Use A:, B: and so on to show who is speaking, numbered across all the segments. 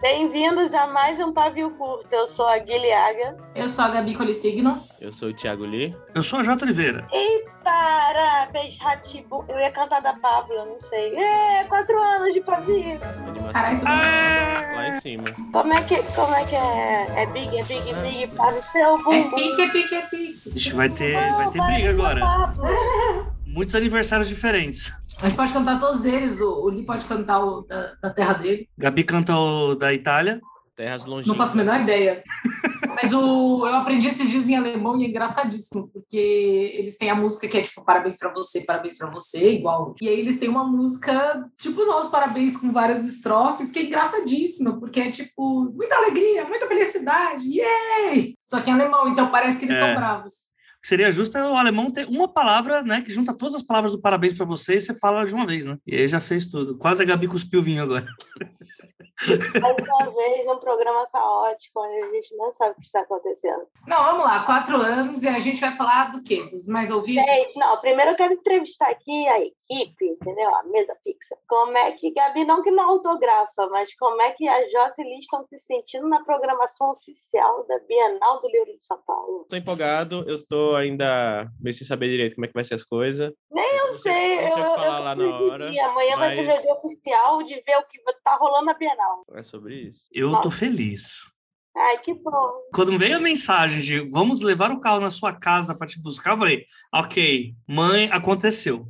A: Bem-vindos a mais um Pavio Curto. Eu sou a Guilhaga.
B: Eu sou a Gabi Colissigno.
C: Eu sou o Thiago Lee.
D: Eu sou o Jota Oliveira.
A: E parabéns, Ratibu. Eu ia cantar da Pablo, não sei. É, quatro anos de Pavio.
C: Animação
B: Caralho, tudo
C: lá em cima.
A: Como é que, como é, que é? É big, é big, big para o seu
B: É
A: bumbum.
B: pique, é pique, é pique.
D: Ixi, vai ter,
A: Não,
D: vai ter briga
A: pra
D: agora.
A: Pablo.
D: Muitos aniversários diferentes.
B: A gente pode cantar todos eles. O, o Lee pode cantar o da, da terra dele.
D: Gabi canta o da Itália.
C: Terras longínquas.
B: Não faço a menor ideia. Mas o, eu aprendi esses dias em alemão e é engraçadíssimo, porque eles têm a música que é tipo parabéns pra você, parabéns pra você, igual. E aí eles têm uma música tipo nós parabéns com várias estrofes, que é engraçadíssima, porque é tipo muita alegria, muita felicidade, yay! Só que em alemão, então parece que eles
D: É.
B: são bravos.
D: Seria justo é o alemão ter uma palavra, né? Que junta todas as palavras do parabéns pra você e você fala de uma vez, né? E aí já fez tudo. Quase a Gabi cuspiu o vinho agora.
A: Mais uma vez, um programa caótico, onde a gente não sabe o que está acontecendo.
B: Não, vamos lá, quatro anos e a gente vai falar do quê? Dos mais ouvidos?
A: É isso. Não, primeiro eu quero entrevistar aqui a equipe, entendeu? A mesa fixa. Como é que, Gabi, não que não autografa, mas como é que a J e Lee estão se sentindo na programação oficial da Bienal do Livro de São Paulo?
C: Tô empolgado, eu tô ainda meio sem saber direito como é que vai ser as coisas.
A: Nem eu
C: não
A: sei,
C: não sei o
A: eu,
C: que falar lá na
A: fui
C: hora,
A: pedir. Amanhã vai ser
C: mas-
A: VD oficial de ver o que tá rolando na Bienal.
C: É sobre isso.
D: Eu tô feliz.
A: Ai, que bom.
D: Quando veio a mensagem de vamos levar o carro na sua casa pra te buscar, eu falei, ok, mãe, aconteceu.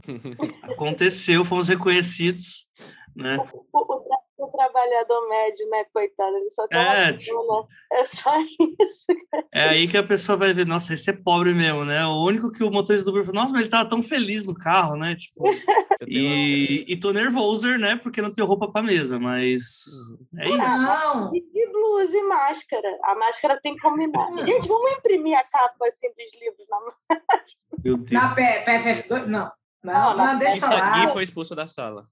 D: aconteceu, fomos reconhecidos, né?
A: O, o tra- o trabalhador médio, né, coitado, ele só tem uma
D: É,
A: grana.
C: tipo
A: É só isso.
D: É aí que a pessoa vai ver, nossa, esse é pobre mesmo, né? O único que o motorista do Uber falou, nossa, mas ele tava tão feliz no carro, né? Tipo,
C: Eu tenho
D: e, e tô nervoso, né? Porque não tenho roupa pra mesa, mas é isso.
B: Não,
A: E, e blusa e máscara. A máscara tem que combinar. Gente, vamos imprimir a capa assim dos livros na mão.
D: Meu Deus.
B: na P- PFF2, não.
A: Não,
B: Não, não,
A: na
B: deixa
C: Isso
B: pra lá.
C: aqui foi expulso da sala.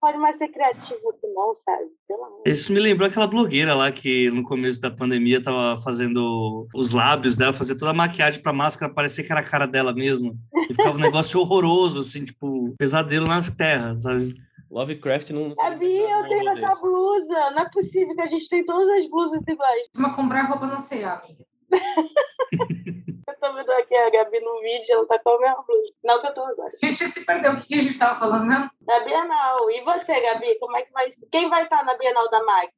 A: Pode mais ser criativo que não, sabe? Pelo amor.
D: Isso me lembrou aquela blogueira lá que no começo da pandemia tava fazendo os lábios dela, fazia toda a maquiagem pra máscara, parecia que era a cara dela mesmo. E ficava um negócio horroroso, assim, tipo, pesadelo na terra, sabe?
C: Lovecraft não.
A: Gabi, É, eu
C: não
A: tenho
C: desse.
A: essa blusa. Não é possível que a gente tem todas as blusas iguais.
B: Costuma comprar roupa na ceia, amiga.
A: Eu tô vendo aqui a Gabi no vídeo, ela tá com a mesma blusa. Não que eu tô agora.
B: A gente se perdeu. O que a gente estava falando mesmo?
A: Na Bienal. E você, Gabi, como é que vai Quem vai estar na Bienal da MAC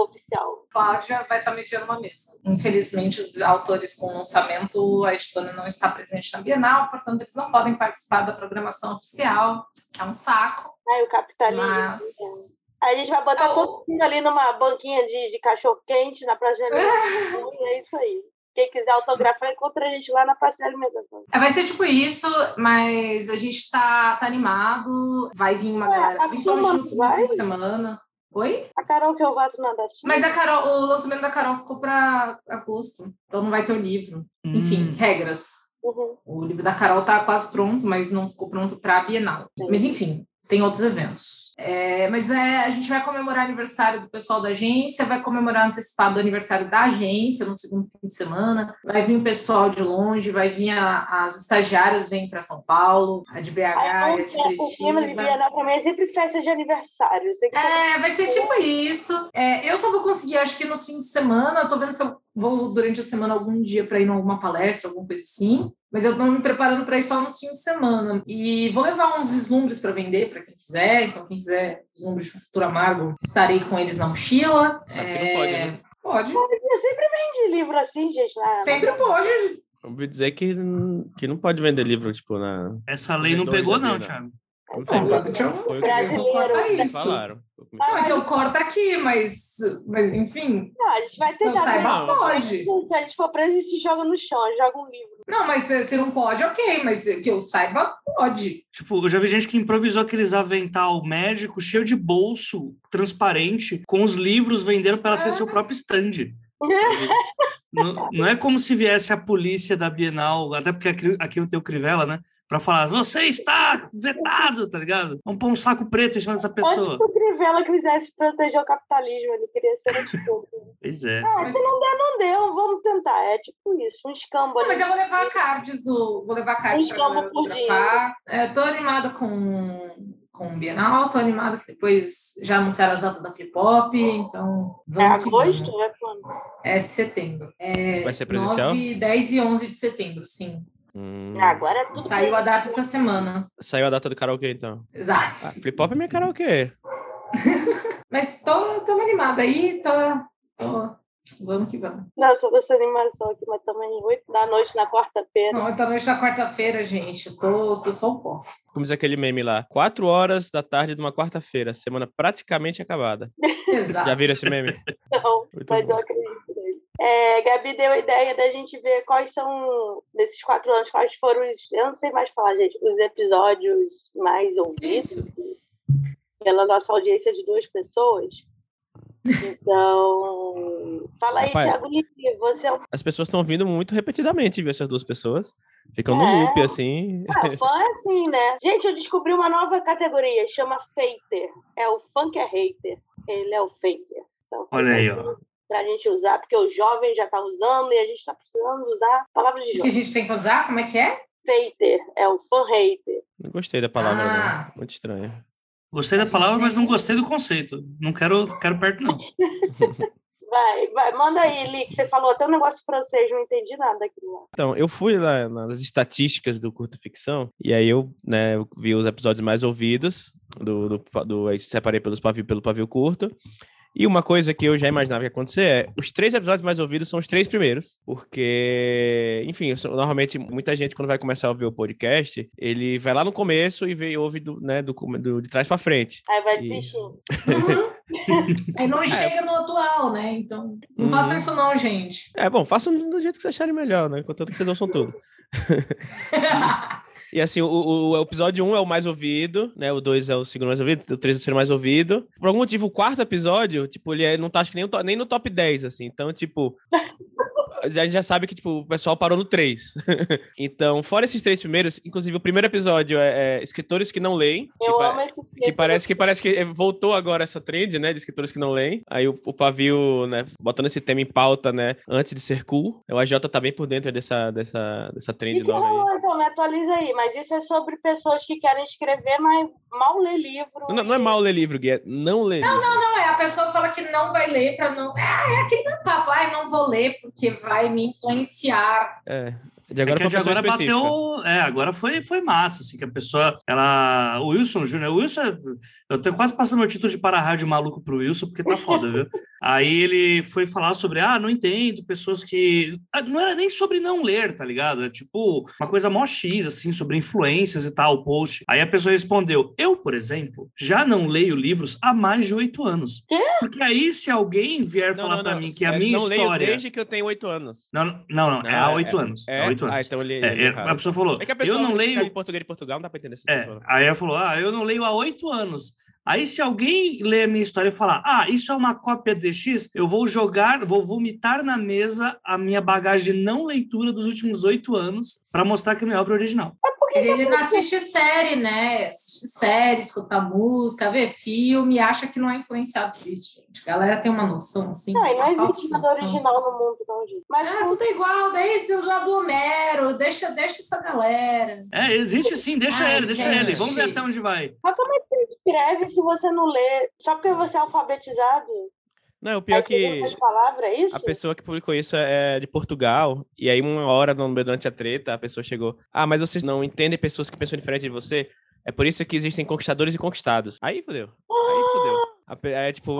A: oficial?
B: Cláudia vai estar mexendo uma mesa. Infelizmente, os autores com o lançamento, a editora não está presente na Bienal, portanto, eles não podem participar da programação oficial, que é um saco,
A: Ai, o capitalismo.
B: mas...
A: A gente vai botar
B: Ah,
A: todo mundo ali numa banquinha de, de cachorro-quente na Praça de Alimentação, e é isso aí. Quem quiser autografar, encontra a gente lá na Praça de Alimentação.
B: É, Vai ser tipo isso, mas a gente tá, tá animado, vai vir uma
A: Ué, a
B: galera, principalmente
A: Fulano
B: no segundo
A: vai?
B: fim de semana. Oi?
A: A Carol que eu voto na da China.
B: Mas a Carol, o lançamento da Carol ficou para agosto, então não vai ter o livro. Enfim,
D: Hum,
B: regras.
A: Uhum.
B: O livro da Carol tá quase pronto, mas não ficou pronto para a Bienal.
A: Sim.
B: Mas enfim, tem outros eventos. É, mas é, a gente vai comemorar aniversário do pessoal da agência, vai comemorar antecipado o aniversário da agência no segundo fim de semana. Vai vir o pessoal de longe, vai vir a- as estagiárias vêm para São Paulo, a de BH,
A: Aí,
B: a de
A: então, é, o- o clima de
B: Curitiba.
A: Bienal pra mim é sempre festa de aniversário. Sei que
B: É, vai ser tipo isso. É, eu só vou conseguir, acho que no fim de semana, eu tô vendo se eu vou durante a semana algum dia para ir em alguma palestra, alguma coisa assim. Mas eu tô me preparando para ir só no fim de semana. E vou levar uns vislumbres para vender para quem quiser. Então, quem quiser vislumbres de futuro amargo, estarei com eles na mochila. É,
C: Sabe que não pode, né?
B: Pode.
A: Eu sempre vendi livro assim, gente. Na...
B: Sempre pode.
C: Eu ouvi dizer que, que não pode vender livro, tipo, na.
D: Essa lei não
C: Vendedores
D: pegou,
C: da
B: né?
D: não,
C: Bienal.
D: Thiago.
C: Não
A: Não,
C: sei,
B: pode,
C: não foi o que
B: Brasileiro. Corta
C: me
A: é
B: isso.
C: falaram.
A: Ah.
B: Não, então corta aqui, mas, mas enfim,
A: Não, a gente vai
B: não
A: tentar.
B: saiba,
C: não.
B: pode.
A: Se a gente for preso, se joga no chão, joga um livro.
B: Não, mas se se não pode, ok, mas que eu saiba, pode.
D: Tipo, eu já vi gente que improvisou aqueles avental médico cheio de bolso transparente, com os livros vendendo para ser seu próprio stand. Não, não é como se viesse a polícia da Bienal, até porque aqui, aqui não tem o Crivella, né? Pra falar, você está vetado, tá ligado? Vamos pôr um saco preto em cima dessa
A: Antes
D: pessoa.
A: que o Crivella quisesse proteger o capitalismo, ele queria ser antigo.
D: Pois é.
A: Ah,
B: Mas-
A: se não der, não deu, vamos tentar. É tipo isso, um escambo
B: Não,
A: ali.
B: mas eu vou levar cards do. Vou levar cards
A: Eles
B: pra
A: tomam
B: galera
A: por
B: fotografar. É, tô animada com, com Bienal, tô animada que depois já anunciaram as datas da Flip Hop, então
A: É
B: vamos que vamos.
A: agosto, né? Flamengo?
B: É setembro. É
C: Vai ser presencial?
B: 9, 10 e 11 de setembro, sim.
C: Hum,
A: Agora é tudo.
B: Saiu a data essa semana.
C: Saiu a data do karaokê, então.
B: Exato.
C: Ah, flip hop é minha karaokê. Tá.
B: Mas tô, tô animada aí, tô, tô- Vamos que vamos.
A: Não, só dessa animação aqui, mas também 8 da noite na quarta-feira.
B: Não, eu tô noite da quarta-feira, gente. Eu tô, sou só o pó.
C: Como diz aquele meme lá. Quatro horas da tarde de uma quarta-feira. Semana praticamente acabada.
B: Exato.
C: Já viram esse meme?
A: Não,
C: Muito
A: mas
C: bom.
A: eu acredito nele. É, Gabi deu a ideia da gente ver quais são, desses quatro anos, quais foram os, eu não sei mais falar, gente, os episódios mais ouvidos
B: Isso.
A: pela nossa audiência de duas pessoas. Então, fala aí,
C: Rapaz.
A: Tiago Lima, você é um
C: As pessoas estão vindo muito repetidamente, viu? Essas duas pessoas. Ficam
A: É.
C: no loop, assim.
A: ah, fã é assim, né? Gente, eu descobri uma nova categoria, chama Fater. É o funk é hater. Ele é o faker. Então,
D: Olha aí, ó.
A: Pra gente usar, porque o jovem já tá usando e a gente tá precisando usar palavras
B: O
A: de
B: que
A: jovem.
B: que a gente tem que usar? Como é que é?
A: Fater, é o fan hater.
C: Não gostei da palavra, não.
B: Ah.
C: Muito estranha.
D: Gostei da
B: A gente
D: palavra, mas
B: tem
D: não
B: isso.
D: gostei do conceito. Não quero, quero perto, não.
A: Vai, vai, manda aí, Li, que você falou até um negócio francês, não entendi nada aqui. né? Não.
C: Então, eu fui lá nas estatísticas do Curta Ficção, e aí eu, né, eu vi os episódios mais ouvidos, do, do, pa- do- aí separei pelos pavio, pelo pavio curto. E uma coisa que eu já imaginava que ia acontecer é, os três episódios mais ouvidos são os três primeiros, porque, enfim, eu sou- normalmente muita gente quando vai começar a ouvir o podcast, ele vai lá no começo e vê, e ouve do, né, do, come- do- de trás pra frente.
A: Aí vai
C: Ih.
A: desistindo.
B: Uhum. Aí não chega no atual, né? Então, não
C: Uhum.
B: façam isso não, gente.
C: É bom, façam do jeito que vocês acharem melhor, né, contanto que vocês ouçam tudo. E assim, o, o- o episódio 1 é o mais ouvido, né? O 2 é o segundo mais ouvido, o 3 é o terceiro mais ouvido. Por algum motivo, o quarto episódio, tipo, ele é- não tá acho que nem, o to- nem no top 10, assim. Então, tipo. A gente já sabe que tipo, o pessoal parou no 3. então, fora esses três primeiros, inclusive o primeiro episódio é, é Escritores que não leem. Tipo, é que
A: Eu
C: pa-
A: amo esse
C: que
A: filme.
C: parece que parece que eh, voltou agora essa trend, né? De escritores que não leem. Aí o, o pavio, né, botando esse tema em pauta, né? Antes de ser cool. O AJ tá bem por dentro dessa, dessa, dessa trend nova aí.
A: Então, então, me atualiza aí, mas isso é sobre pessoas que querem escrever, mas mal lê livro.
C: Não, não é mal ler livro, Gui, é não ler livro.
B: Não, é a pessoa fala que não vai ler para não... Ah, é aquele meu papo. Ai, não vou ler porque vai me influenciar.
C: É. De
D: É
C: agora
D: que a
C: pra
D: de
C: pessoa
D: agora
C: específica.
D: bateu. É, agora foi, foi massa, assim, que a pessoa. Ela. O Wilson Júnior, o Wilson. é- Eu tô quase passando meu título de para-rádio maluco pro Wilson, porque tá foda, viu? Aí ele foi falar sobre, ah, não entendo, pessoas que. Ah, Não era nem sobre não ler, tá ligado? É tipo uma coisa mó X, assim, sobre influências e tal, post. Aí a pessoa respondeu: Eu, por exemplo, já não leio livros há mais de oito anos.
A: Quê?
D: Porque aí, se alguém vier falar pra mim que a
C: é,
D: minha
C: não
D: história.
C: Leio desde que eu tenho oito anos.
D: Não, não, não, é
C: Não,
D: há
C: é-
D: oito anos.
C: É?
D: há oito anos.
C: Ah, então eu li.
D: É,
C: li
D: é,
C: errado.
D: a pessoa falou,
C: É que a pessoa
D: eu não
C: que escreve
D: leio...
C: em português de Portugal, não dá pra entender essa
D: É,
C: pessoa.
D: aí ela falou, ah, eu não leio há oito anos. Aí se alguém ler a minha história e falar, ah, isso é uma cópia de X, eu vou jogar, vou vomitar na mesa a minha bagagem de não leitura dos últimos oito anos para mostrar que a minha obra é original.
A: Por que
B: Mas
A: que
B: ele não
A: eu-
B: assiste série, né? Assiste série, escuta música, vê filme, acha que não é influenciado por isso, gente. A galera tem uma noção, assim.
A: Não, e
C: é
B: uma
A: não
B: falta de
A: existe nada
C: assim.
B: noção.
A: original no mundo, não, gente. Mas tipo,
B: Ah, tudo é igual, daí esse lá do Homero, deixa, deixa essa galera.
D: É, existe sim, deixa
B: Ai,
D: ele, deixa
B: gente.
D: ele, vamos ver até onde vai.
A: Mas como é que você escreve se você não lê? Só porque você é alfabetizado?
C: Não, o
A: Aí
C: pior
A: você
C: que
A: não faz palavra, é isso?
C: a pessoa que publicou isso é de Portugal. E aí, uma hora, no- durante a treta, a pessoa chegou. Ah, mas vocês não entendem pessoas que pensam diferente de você? É por isso que existem conquistadores e conquistados. Aí fodeu.
A: Ah,
C: Aí fodeu. A pe- É tipo,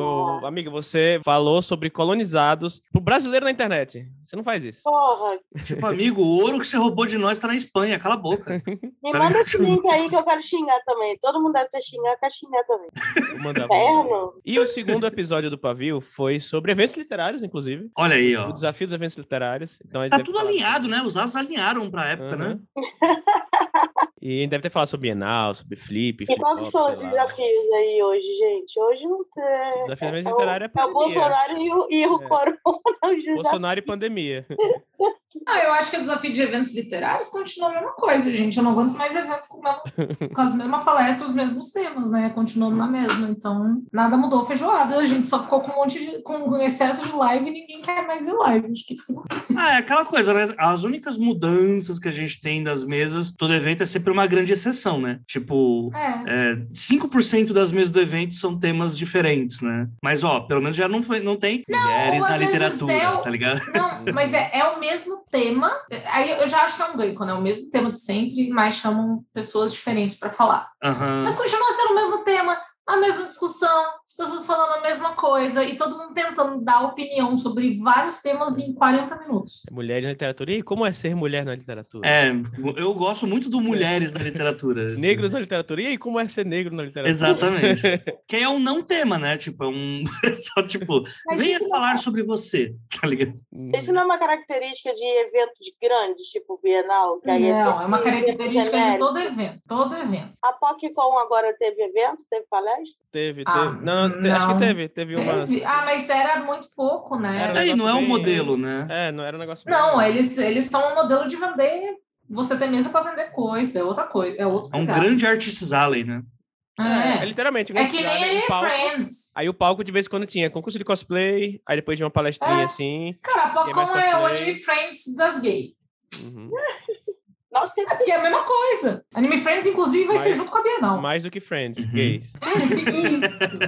C: amiga, você falou sobre colonizados pro brasileiro na internet. Você não faz isso.
A: Porra,
D: Tipo, amigo, o ouro que você roubou de nós tá na Espanha, cala a boca.
A: me
D: Tá
A: manda
D: ligado?
A: esse link aí que eu quero xingar também. Todo mundo deve ter xingado, eu quero xingar também. É,
C: Vou mandar, vou mandar.
A: Inferno?
C: E o segundo episódio do Pavio foi sobre eventos literários, inclusive.
D: Olha aí,
C: O
D: ó.
C: desafio dos eventos literários. Então, a gente
D: Tá
C: deve
D: tudo
C: falar-
D: alinhado, né? Os asos alinharam pra época, né?
C: Aham. e a gente deve ter falado sobre Bienal, sobre Flip.
A: E
C: flip
A: qual que são
C: sei
A: esses
C: lá.
A: desafios aí hoje, gente? Hoje não tem.
C: O desafio dos eventos
A: é o-
C: literários é a
A: É o
C: pandemia.
A: Bolsonaro e o, e o
C: É.
A: Corona, o José.
C: Bolsonaro e pandemia.
B: Ah, eu acho que o desafio de eventos literários continua a mesma coisa, gente. Eu não aguento mais eventos com, o mesmo- com as mesmas palestras, os mesmos temas, né? Continuando na mesma. Então, nada mudou feijoada. A gente só ficou com um monte de. com excesso de live e ninguém quer mais ver live. Acho que isso que não
D: Ah, é aquela coisa, né? As únicas mudanças que a gente tem das mesas, todo evento é sempre uma grande exceção, né? Tipo, é. É, 5% das mesas do evento são temas diferentes, né? Mas, ó, pelo menos já não, foi, não tem
B: Não,
D: mulheres
B: ou
D: na
B: às vezes
D: literatura,
B: é o-
D: tá ligado?
B: Não, mas é, é o mesmo tema. Aí eu já acho que é um ganho, quando é o mesmo tema de sempre, mas chamam pessoas diferentes para falar.
D: Aham.
B: Mas continua sendo o mesmo tema, a mesma discussão, as pessoas falando a mesma coisa e todo mundo tentando dar opinião sobre vários temas em 40 minutos.
C: Mulher na literatura. E como é ser mulher na literatura?
D: É, eu gosto muito do mulheres na literatura. assim.
C: Negros na literatura. E aí, como é ser negro na literatura?
D: Exatamente. que é um não tema, né? Tipo, é um. é Só tipo,
A: Mas
D: venha
A: isso não-
D: falar sobre você, tá ligado?
C: Hum.
A: Isso não é uma característica de eventos grandes, tipo Bienal? Que aí
B: Não,
A: sempre
B: é uma
A: um evento
B: característica de
A: genérico.
B: todo evento. Todo evento.
A: A PocCon agora teve evento, teve palestra?
C: Teve, teve.
B: Ah,
C: não, não, te- acho
B: não.
C: que teve. Teve uma.
B: Teve- Ah, mas era muito pouco, né?
C: Era um
D: Aí não é um
C: negócio bem-
D: modelo, né?
C: É, não era um negócio.
B: Não,
C: bem-
B: eles, eles são um modelo de vender. Você tem mesa para vender coisa, é outra coisa. É, outro
D: É um
B: lugar.
D: grande artist Alley, né?
C: É, é
B: É,
C: literalmente.
B: é
C: como se
B: que
C: olhar, né,
B: nem
C: o palco-
B: Friends.
C: Aí o palco de vez em quando tinha concurso de cosplay, aí depois de uma palestrinha
B: É.
C: assim.
B: Cara, a
C: Tem mais
B: Pocon é o
C: cosplay.
B: Anime Friends das gays.
C: uhum,
A: Nossa,
B: É
A: sempre
B: porque é a mesma coisa. Anime Friends, inclusive, vai
C: Mas-
B: ser junto com a Bienal.
C: Mais do que Friends,
D: Uhum.
C: gays.
B: É. Isso.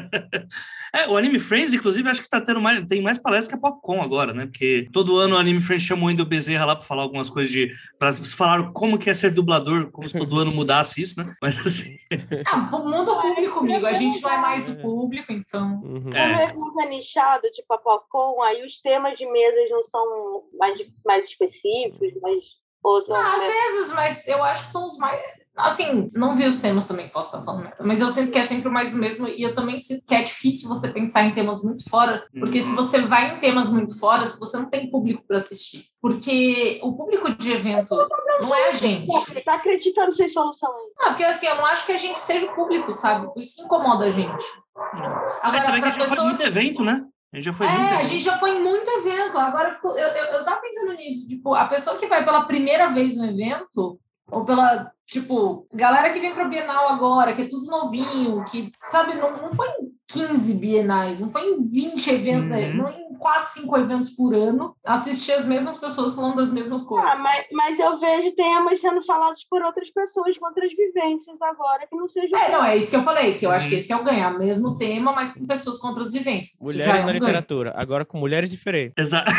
D: É, o Anime Friends, inclusive, acho que tá tendo mais, tem mais palestra que a Popcom agora, né? Porque todo ano o Anime Friends chamou ainda o Bezerra lá pra falar algumas coisas de. Pra falar como que é ser dublador, como se todo ano mudasse isso, né? Mas assim,
B: Ah, muda o público, amigo. A gente não é mais o público, então.
C: Uhum.
D: É.
A: como é muito nichado, tipo a PocCon, aí os temas de mesas não são mais, mais específicos, mas. Ou são
B: Ah, às
A: mesas-
B: vezes, mas eu acho que são os mais. Assim, não vi os temas também que posso estar falando, merda, mas eu sinto que é sempre mais do mesmo. E eu também sinto que é difícil você pensar em temas muito fora, porque
D: Uhum.
B: se você vai em temas muito fora, se você não tem público para assistir. Porque o público de evento não é a gente.
A: Pô, Tá acreditando sem solução aí.
B: Ah, porque assim, eu não acho que a gente seja o público, sabe? Por isso que incomoda a gente.
D: é,
B: Agora,
D: também que
B: Ah, pra
D: a gente já foi
B: pessoa.
D: muito evento, né? A gente já foi muito
B: É, a
D: evento.
B: gente já foi em muito evento. Agora ficou- eu, eu, eu tava pensando nisso. Tipo, a pessoa que vai pela primeira vez no evento, ou pela. Tipo, galera que vem pra Bienal agora, que é tudo novinho, que, sabe, não, não foi em 15 bienais, não foi em 20 eventos,
D: Uhum.
B: não é em 4, 5 eventos por ano, assistir as mesmas pessoas falando das mesmas coisas.
A: Ah, mas, mas eu vejo temas sendo falados por outras pessoas com outras vivências agora que não sejam.
B: É, não, é isso que eu falei, que eu acho
D: Uhum.
B: que esse é o ganhar. Mesmo tema, mas com pessoas com outras vivências. Isso já é
C: Mulheres
B: um
C: na
B: ganho.
C: literatura. Agora com mulheres diferentes.
D: Exato.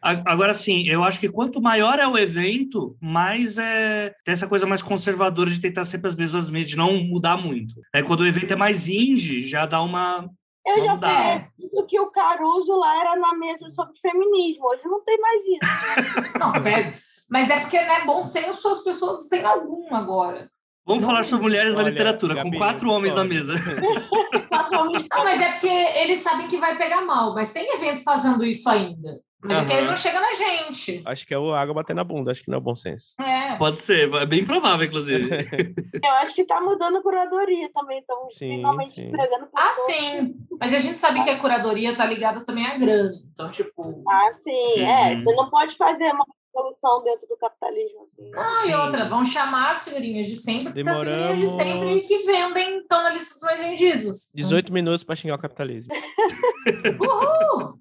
D: Agora sim, eu acho que quanto maior é o evento, mais é tem essa coisa mais conservadora de tentar sempre as mesmas mídias, de não mudar muito. Aí quando o evento é mais indie, já dá uma.
A: eu já
D: Vamos dar.
B: É,
A: falei do que o Caruso lá era na mesa sobre feminismo. Hoje não tem mais isso.
B: Não, pera. Mas é porque, né, bom senso, as pessoas têm algum agora.
D: Vamos
B: Não,
D: falar sobre mulheres na
C: olha,
D: literatura, com
C: Gabi,
D: quatro homens na
C: olha.
D: mesa.
A: Tá falando-
B: Não, mas é porque eles sabem que vai pegar mal, mas tem evento fazendo isso ainda. Mas é que
D: Aham.
B: ele não chega na gente.
C: Acho que é o água bater na bunda, acho que não é bom senso.
B: É.
D: Pode ser, é bem provável, inclusive.
A: Eu acho que tá mudando a curadoria também. Estão
C: Sim,
A: finalmente
C: sim.
A: entregando
B: Ah,
A: pessoas.
B: sim. Mas a gente sabe que a curadoria tá ligada também à grana. Então, tipo.
A: Ah, sim. É,
D: Uhum.
A: você não pode fazer uma revolução dentro do capitalismo. Assim.
B: Ah,
D: sim.
B: e outra, vão chamar as figurinhas de sempre, porque as figurinhas de sempre
C: Demoramos.
B: que vendem estão na lista dos mais vendidos.
C: 18 minutos para xingar o capitalismo.
B: Uhul!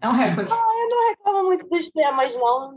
B: É um recorde.
A: reclamo muito dos temas, não.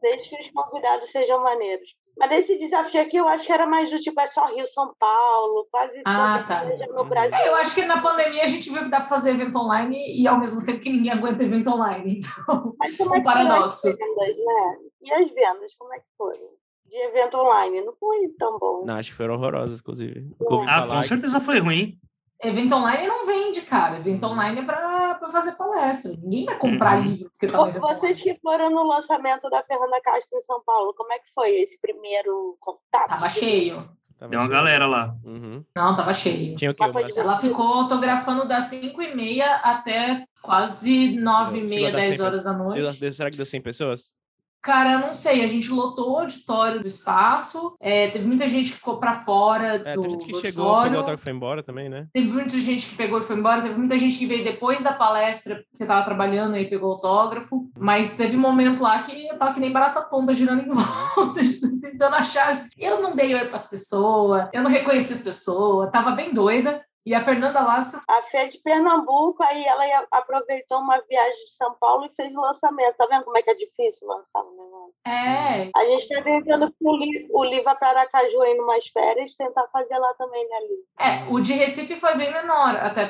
A: Desde que os convidados sejam maneiros. Mas esse desafio aqui eu acho que era mais do tipo, é só Rio, São Paulo, quase
B: Ah,
A: toda
B: tá.
A: igreja no Brasil.
B: É, eu acho que na pandemia a gente viu que dá pra fazer evento online e ao mesmo tempo que ninguém aguenta evento online. Então,
A: Mas como é
B: um
A: que foram as
B: paradoxo.
A: vendas, né? E as vendas, como é que foram? De evento online, não foi tão bom.
C: Não, acho que foram horrorosas, inclusive. O que eu ouvi
D: Ah,
C: falar
D: com
C: é que-
D: certeza foi ruim.
B: Evento online não vende, cara. Evento
C: Uhum.
B: online é pra, pra fazer palestra. Ninguém vai comprar
D: Uhum.
B: livro porque tá no
A: Vo-
B: evento
A: Vocês
B: online.
A: que foram no lançamento da Fernanda Castro em São Paulo, como é que foi esse primeiro contato?
B: Tava cheio.
C: Tava
D: Tem uma
C: assim.
D: galera lá.
C: Uhum.
B: Não, tava cheio.
C: Tinha o quê?
A: Mas foi
C: Umas-
A: de-
B: Ela ficou autografando das 5 e meia até quase 9 e
C: Chegou
B: meia,
C: a dar
B: 10
C: 100,
B: horas da noite.
C: Deu- Será que deu 100 pessoas?
B: Cara, eu não sei, a gente lotou o auditório do espaço, é, teve muita gente que um ficou pra fora
C: É,
B: do,
C: tem gente que
B: do
C: chegou,
B: auditório.
C: pegou o autógrafo e foi embora também, né?
B: Teve muita gente que pegou e foi embora, teve muita gente que veio depois da palestra, porque estava trabalhando e pegou autógrafo, mas teve momento lá que eu tava que nem barata tonda girando em volta, tentando achar. Eu não dei oi para as pessoas, eu não reconheci as pessoas, tava bem doida. E a Fernanda Lasso.
A: A Fê é de Pernambuco, aí ela ia- aproveitou uma viagem de São Paulo e fez o lançamento. Tá vendo como é que é difícil lançar um negócio?
B: É.
A: A gente tá tentando que o Li- o Liva Taracaju aí numas férias, tentar fazer lá também, né, Liva?
B: É, o de Recife foi bem menor, até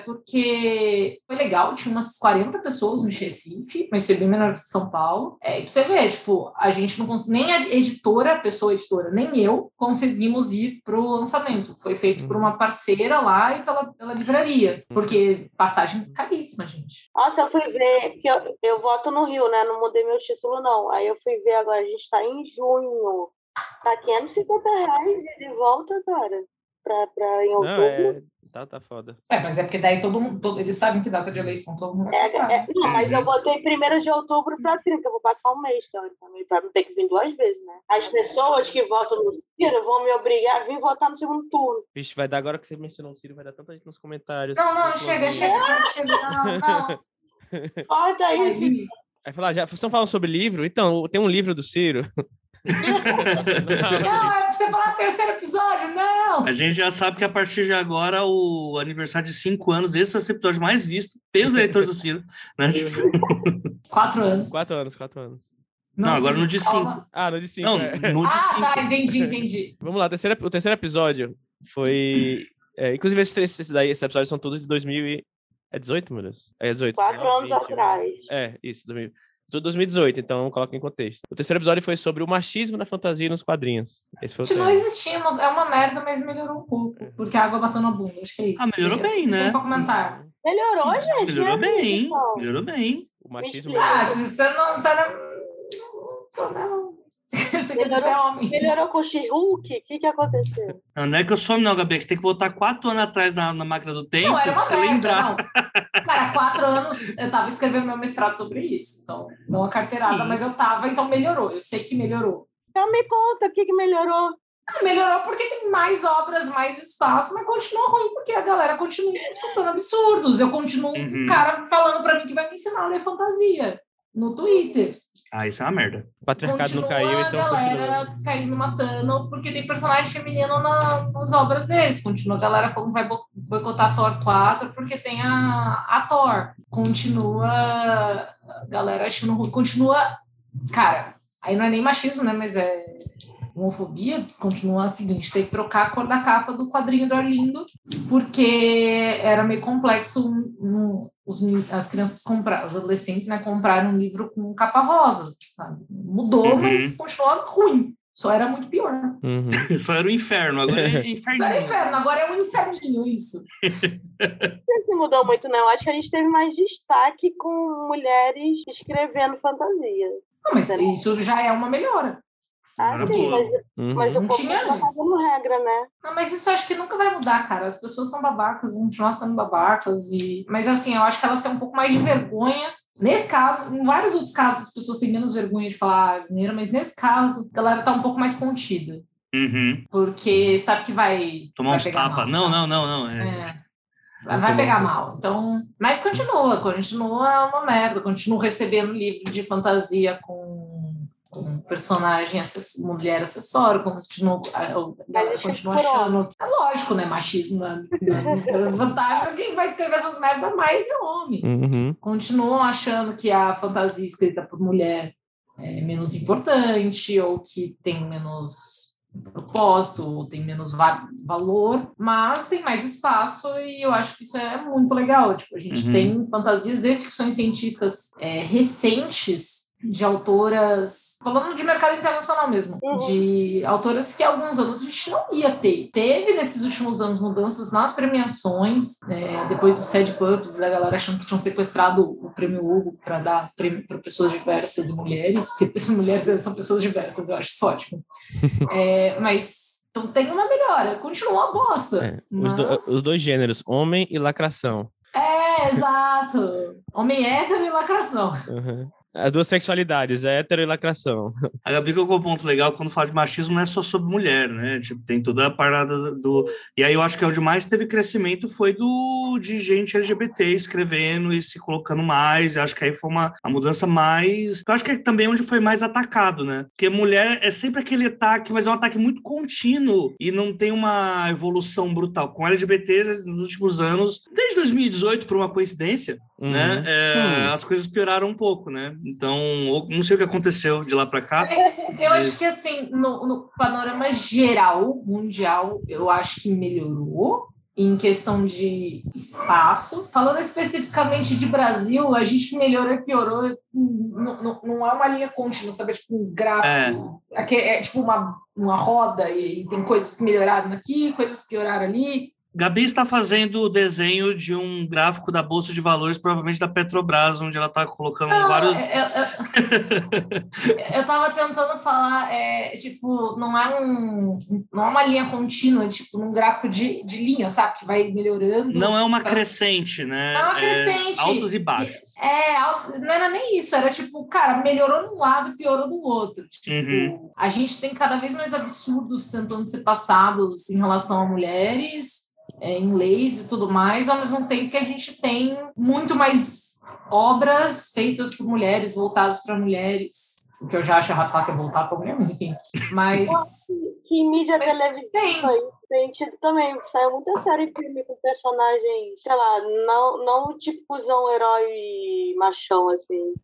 B: porque foi legal, tinha umas 40 pessoas no de Recife, mas foi bem menor que São Paulo. É, e pra você ver, tipo, a gente não conseguiu, nem a editora, a pessoa editora, nem eu conseguimos ir pro lançamento. Foi feito por uma parceira lá e pela, pela livraria, porque passagem caríssima, gente.
A: Nossa, eu fui ver, porque eu, eu voto no Rio, né? Não mudei meu título, não. Aí eu fui ver agora, a gente tá em junho. Tá 550 reais e de volta, cara, pra, pra, em
C: Não,
A: outubro.
C: é. Tá, tá foda.
B: É, mas é porque daí todo mundo, todo- eles sabem que data de eleição todo mundo vai
A: É,
B: comprar.
A: é- não, mas eu botei primeiro de outubro para 30, eu vou passar um mês teoricamente, para não ter que vir duas vezes, né?
D: Tá
A: As pessoas que votam no Ciro vão me obrigar a vir votar no segundo turno.
C: Vixe, vai dar agora que você mencionou o Ciro, vai dar tanta gente nos comentários.
B: Não, não,
C: Vai
B: chega,
C: falar-
B: chega, chega. Não, não.
D: É.
A: Corta isso.
B: Aí,
C: Vai falar, já estão falando sobre livro? Então, tem um livro do Ciro.
B: Não, é pra você falar terceiro episódio, não!
D: A gente já sabe que a partir de agora o aniversário de cinco anos, esse vai ser o episódio mais visto pelos eleitores do Ciro. né? Tipo,
B: Quatro anos.
C: quatro anos, quatro anos.
D: Não, agora no de
B: calma.
C: Ah, no de cinco.
D: não,
C: é.
D: no de
B: Ah,
D: cinco.
B: tá, entendi, entendi.
C: Vamos lá, o terceiro, o terceiro episódio foi. é, inclusive, esses, três- esses, daí, esses episódios são todos de 2018, meu Deus. É 18.
A: Quatro
C: 19,
A: anos
C: 20,
A: atrás.
C: É, isso, 2000. Tudo 2018, então coloca em contexto. O terceiro episódio foi sobre o machismo na fantasia e nos quadrinhos. Esse foi o
B: Continua
C: tema.
B: existindo, é uma merda, mas melhorou um pouco. Porque a água bateu na bunda, acho que é isso.
D: Ah, melhorou bem, né?
B: Tem pra comentar.
A: Melhorou, gente?
D: Melhorou
A: né,
D: bem,
A: pessoal?
D: melhorou bem.
C: O machismo. né?
B: Ah, se você não. Você não. Você não. Você quer dizer homem.
A: Melhorou com o She-Hulk? O que, que aconteceu?
D: Não, não é que eu sou homem, não, Gabi, é que você tem que voltar quatro anos atrás na, na máquina do tempo
B: Não, era
D: pra
B: uma
D: você
B: merda,
D: lembrar.
B: não. Cara, quatro anos eu tava escrevendo meu mestrado sobre isso. Então, não a carteirada,
D: Sim.
B: mas eu tava, então melhorou. Eu sei que melhorou.
A: Então me conta, o que, que melhorou?
B: Ah, Melhorou porque tem mais obras, mais espaço, mas continua ruim porque a galera continua escutando absurdos. Eu continuo
D: Uhum.
B: um cara falando pra mim que vai me ensinar a ler fantasia no Twitter.
D: Ah, isso é uma merda.
C: O patriarcado
B: continua
C: não caiu,
B: a
C: então.
B: galera
C: continua.
B: caindo matando porque tem personagem feminino na- nas obras deles. Continua a galera falando que vai bo- boicotar a Thor 4 porque tem a, a Thor. Continua a galera achando ruim. Continua, cara, aí não é nem machismo, né? Mas é homofobia continua a seguinte, tem que trocar a cor da capa do quadrinho do Arlindo, porque era meio complexo um- um- os, meni- as crianças compraram, os adolescentes, né, compraram um livro com capa rosa, sabe? Mudou,
D: Uhum.
B: mas continua ruim. Só era muito pior.
C: Uhum.
D: Só era o inferno, agora é inferno.
B: Agora é inferno, agora é um inferninho isso.
A: Não sei se mudou muito, não. Acho que a gente teve mais destaque com mulheres escrevendo fantasia.
B: Não, mas isso já é uma melhora.
A: Ah,
D: Era
A: sim,
D: boa.
A: mas,
C: Uhum.
A: mas o
B: Não
A: povo
B: tinha
A: tá
B: isso.
A: fazendo regra, né?
B: Não, Ah, mas isso eu acho que nunca vai mudar, cara. As pessoas são babacas, vão continuar sendo babacas. E... Mas assim, eu acho que elas têm um pouco mais de vergonha. Nesse caso, em vários outros casos, as pessoas têm menos vergonha de falar "Ah, asneira, mas nesse caso, a galera tá um pouco mais contida.
D: Uhum.
B: Porque sabe que vai.
D: Tomar
B: vai
D: uns
B: pegar mal, tá.
D: tapas. Não, não, não, não. é.
B: é. Vai pegar mal. Então, mas continua, continua uma merda. Continuo recebendo livro de fantasia com, com personagem acess- mulher acessório, continuo, eu,
A: Mas isso
B: continuo
A: é por
B: achando. É lógico, né? Machismo na, na vantagem. Quem vai escrever essas merdas mais é homem
C: Uhum.
B: continuam achando que a fantasia escrita por mulher é menos importante ou que tem menos propósito ou tem menos va- valor, mas tem mais espaço e eu acho que isso é muito legal. Tipo, a gente
D: Uhum.
B: tem fantasias e ficções científicas é, recentes de autoras, falando de mercado internacional mesmo,
A: Uhum.
B: de autoras que há alguns anos a gente não ia ter. Teve nesses últimos anos mudanças nas premiações, é, depois do Sad Pubs, a galera achando que tinham sequestrado o prêmio Hugo para dar prêmio para pessoas diversas e mulheres, porque mulheres são pessoas diversas, eu acho isso ótimo. É, mas então tem uma melhora, continua uma bosta.
C: É, os, do-
B: mas-
C: os dois gêneros, homem e lacração.
B: É, exato. Homem hétero e lacração.
C: Uhum. As duas sexualidades, é hétero e lacração.
D: A Gabi colocou um ponto legal quando fala de machismo, não é só sobre mulher, né? Tipo, tem toda a parada do. E aí eu acho que é onde mais teve crescimento foi do de gente LGBT escrevendo e se colocando mais. Eu acho que aí foi uma a mudança mais. Eu acho que é também onde foi mais atacado, né? Porque mulher é sempre aquele ataque, mas é um ataque muito contínuo e não tem uma evolução brutal. Com LGBTs nos últimos anos, desde 2018, por uma coincidência, uhum. né? É, hum. As coisas pioraram um pouco, né? Então, não sei o que aconteceu de lá para cá.
B: Eu mas... acho que, assim, no, no, panorama geral, mundial, eu acho que melhorou em questão de espaço. Falando especificamente de Brasil, a gente melhorou e piorou. Não, não, não é uma linha contínua, sabe? É tipo um gráfico. É, Aqui é tipo uma, uma roda e, e tem coisas que melhoraram aqui, coisas que pioraram ali.
D: Gabi está fazendo o desenho de um gráfico da Bolsa de Valores, provavelmente da Petrobras, onde ela está colocando
B: não, é,
D: vários.
B: Eu estava tentando falar, é, tipo, não é, um, não é uma linha contínua, é tipo um gráfico de, de linha, sabe? Que vai melhorando.
D: Não é uma pra... crescente, né?
B: Não é uma crescente.
D: É, altos e baixos.
B: É, não era nem isso, era tipo, cara, melhorou de um lado, piorou do outro. Tipo, uhum. a gente tem cada vez mais absurdos tentando ser passados em relação a mulheres. É, em leis e tudo mais, ao mesmo tempo que a gente tem muito mais obras feitas por mulheres, voltadas para mulheres. O que eu já acho errado falar que é voltar para mulher, mas enfim. Mas.
A: Que, que mídia mas televisiva tem. Foi, tem tido também. Saiu muita série filme com personagens, sei lá, não, não tipozão herói machão, assim.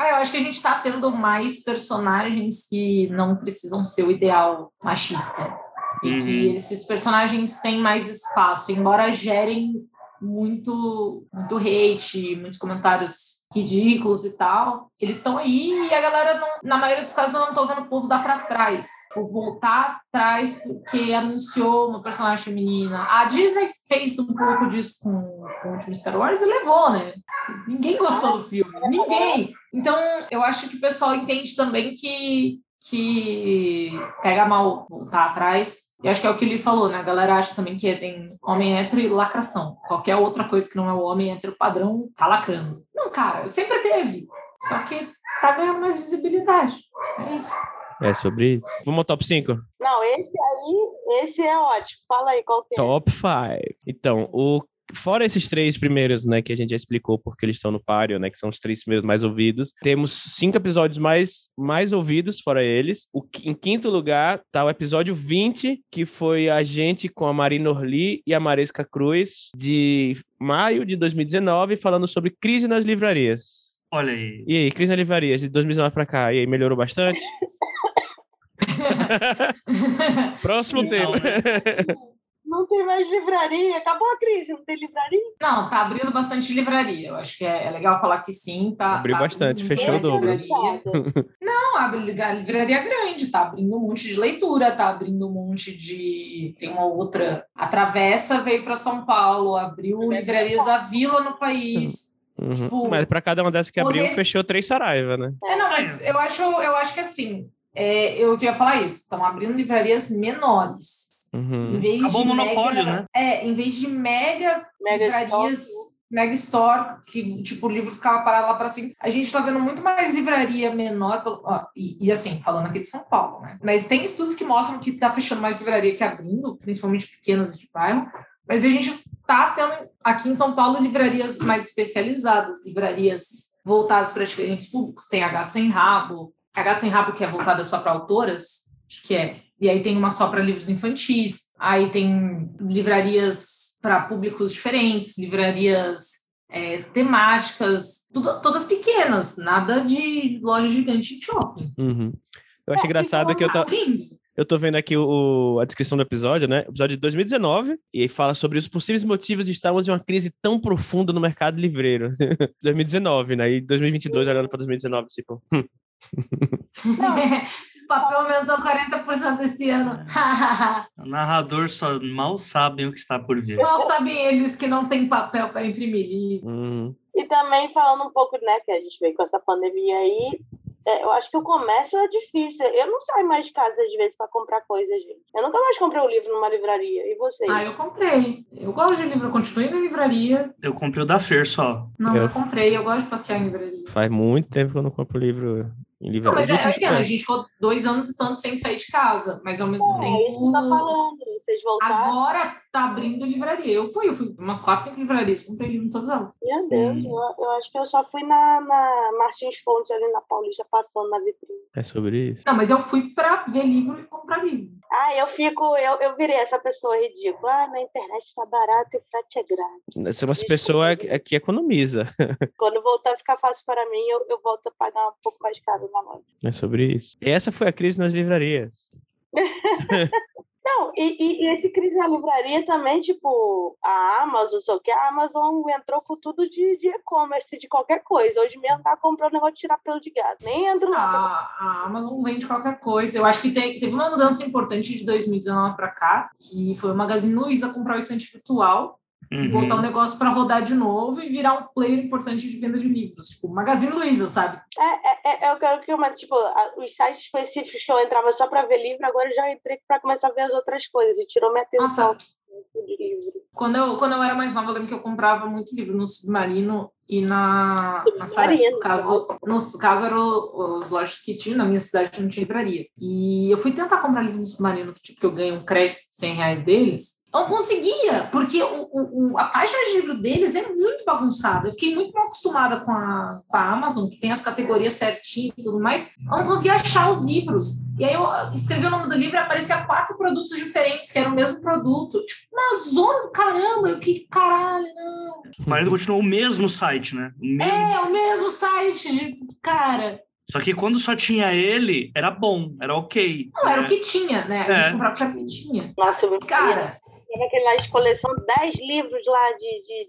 B: Ah, eu acho que a gente está tendo mais personagens que não precisam ser o ideal machista e uhum. que esses personagens têm mais espaço, embora gerem muito, muito hate, muitos comentários ridículos e tal. Eles estão aí e a galera, não, na maioria dos casos, eu não tô vendo o povo dar para trás. Ou voltar atrás porque anunciou uma personagem feminina. A Disney fez um pouco disso com, com o último Star Wars e levou, né? Ninguém gostou do filme. Ninguém! Então, eu acho que o pessoal entende também que que pega mal voltar atrás. E acho que é o que ele falou, né? A galera acha também que tem homem hétero e lacração. Qualquer outra coisa que não é o homem hétero padrão tá lacrando. Não, cara, sempre teve. Só que tá ganhando mais visibilidade. É isso.
C: É sobre isso. Vamos ao top 5?
A: Não, esse aí, esse é ótimo. Fala aí qual que é.
C: Top 5. Então, o fora esses três primeiros, né, que a gente já explicou porque eles estão no páreo, né, que são os três primeiros mais ouvidos, temos cinco episódios mais, mais ouvidos, fora eles. O, em quinto lugar tá o episódio 20, que foi a gente com a Marina Orli e a Maresca Cruz, de maio de 2019, falando sobre crise nas livrarias.
D: Olha aí.
C: E aí, crise nas livrarias, de 2019 para cá, e aí, melhorou bastante? Próximo
D: Então,
C: Não, tema. Né?
A: não tem mais livraria, acabou a crise, não tem livraria?
B: Não, tá abrindo bastante livraria. Eu acho que é, é legal falar que sim, tá.
C: Abriu
B: tá
C: bastante,
A: é
C: fechou o dobro.
B: não, a livraria grande, tá abrindo um monte de leitura, tá abrindo um monte de. Tem uma outra. A Travessa veio para São Paulo, abriu é livrarias da Vila no país.
C: Uhum. Tipo, mas para cada uma dessas que abriu, res... fechou três Saraiva, né?
B: É, não, mas eu acho, eu acho que assim, é, eu queria falar isso, estão abrindo livrarias menores.
D: Uhum. Acabou o monopólio,
B: mega,
D: né?
B: É, em vez de mega, mega livrarias, store. mega store, que tipo, o livro ficava parado lá para cima, a gente tá vendo muito mais livraria menor, ó, e, e, assim, falando aqui de São Paulo, né? Mas tem estudos que mostram que tá fechando mais livraria que abrindo, principalmente pequenas de bairro, mas a gente tá tendo aqui em São Paulo livrarias mais especializadas, livrarias voltadas para diferentes públicos, tem a Gato Sem Rabo, a Gato Sem Rabo que é voltada só para autoras, acho que é e aí tem uma só para livros infantis, aí tem livrarias para públicos diferentes, livrarias é, temáticas, tudo, todas pequenas, nada de loja gigante de shopping.
C: Uhum. Eu acho é, engraçado
B: então,
C: que eu
B: assim,
C: tá... Abrindo. Eu tô vendo aqui o, a descrição do episódio, né? Episódio de 2019, e fala sobre os possíveis motivos de estarmos em uma crise tão profunda no mercado livreiro. 2019, né? E 2022, olhando para 2019, tipo... Hum.
B: O papel aumentou 40% esse ano.
D: o narrador só mal sabem o que está por vir.
B: Mal sabem eles que não tem papel para imprimir livro.
C: hum,
A: Uhum. E também falando um pouco, né, que a gente veio com essa pandemia aí, eu acho que o comércio é difícil. Eu não saio mais de casa às vezes para comprar coisas, gente. Eu nunca mais comprei um livro numa livraria. E vocês?
B: Ah, eu comprei. Eu gosto de livro, eu continuei na livraria.
D: Eu comprei o da Fer só.
B: Não,
C: Eu-
B: eu, comprei, eu gosto de passear em livraria.
C: Faz muito tempo que eu não compro livro em
B: Não,
C: livraria.
B: mas é,
C: Os
B: é
C: últimos
B: aquilo, a
C: tempos.
B: gente ficou dois anos e tanto sem sair de casa, mas ao mesmo tempo.
A: É isso que eu tô falando. Vocês voltaram.
B: Agora tá abrindo livraria. Eu fui, eu fui umas quatro, cinco livrarias, comprei livro em todas elas.
A: Meu Deus,
D: Hum.
A: eu, eu acho que eu só fui na, na Martins Fontes ali na Paulista, passando na vitrine.
C: É sobre isso.
B: Não, mas eu fui pra ver livro e comprar livro.
A: Ah, eu fico, eu, eu virei essa pessoa ridícula. Ah, na internet tá barato e frete é grátis.
C: Essa é uma pessoa que- é que economiza.
A: Quando voltar a ficar fácil para mim, eu, eu volto a pagar um pouco mais caro na loja.
C: É sobre isso. E essa foi a crise nas livrarias.
A: Não, e, e- e esse crise na livraria também, tipo, a Amazon, só que a Amazon entrou com tudo de de e-commerce, de, qualquer coisa. Hoje mesmo tá comprando negócio de tirar pelo de gato. Nem entro
B: Ah,
A: lá.
B: A, a Amazon vende qualquer coisa. Eu acho que tem- teve uma mudança importante de 2019 pra cá, que foi o Magazine Luiza comprar o estante virtual, botar o
D: Uhum.
B: negócio pra rodar de novo e virar um player importante de venda de livros. Tipo, Magazine Luiza, sabe?
A: É, é, é, eu quero que uma, tipo, a- os sites específicos que eu entrava só para ver livro, agora eu já entrei para começar a ver as outras coisas e tirou minha atenção
B: Nossa,
A: de livro.
B: quando eu, quando eu era mais nova, eu lembro que eu comprava muito livro no Submarino e na, na Saraiva.
A: Submarino,
B: No caso, no caso, eram os lojas que tinham. Na minha cidade não tinha livraria. E eu fui tentar comprar livro no Submarino, tipo, que eu ganhei um crédito de 100 reais deles. Eu não conseguia, porque o, o- o- a página de livro deles é muito bagunçada. Eu fiquei muito mal acostumada com a, com a Amazon, que tem as categorias certinho e tudo mais. Eu não conseguia achar os livros. E aí eu escrevi o nome do livro e aparecia quatro produtos diferentes, que eram o mesmo produto. Tipo, uma zona do caramba. Eu fiquei, caralho, não.
D: O marido continuou o mesmo site, né? O mesmo.
B: um É o mesmo site, de... cara.
D: Só que quando só tinha ele, era bom, era ok.
B: Não, era
D: né?
B: o que tinha, né? A gente
D: É.
B: comprava o que tinha.
A: Nossa, eu me
B: Cara,
A: Tava aquela coleção, 10 livros lá de,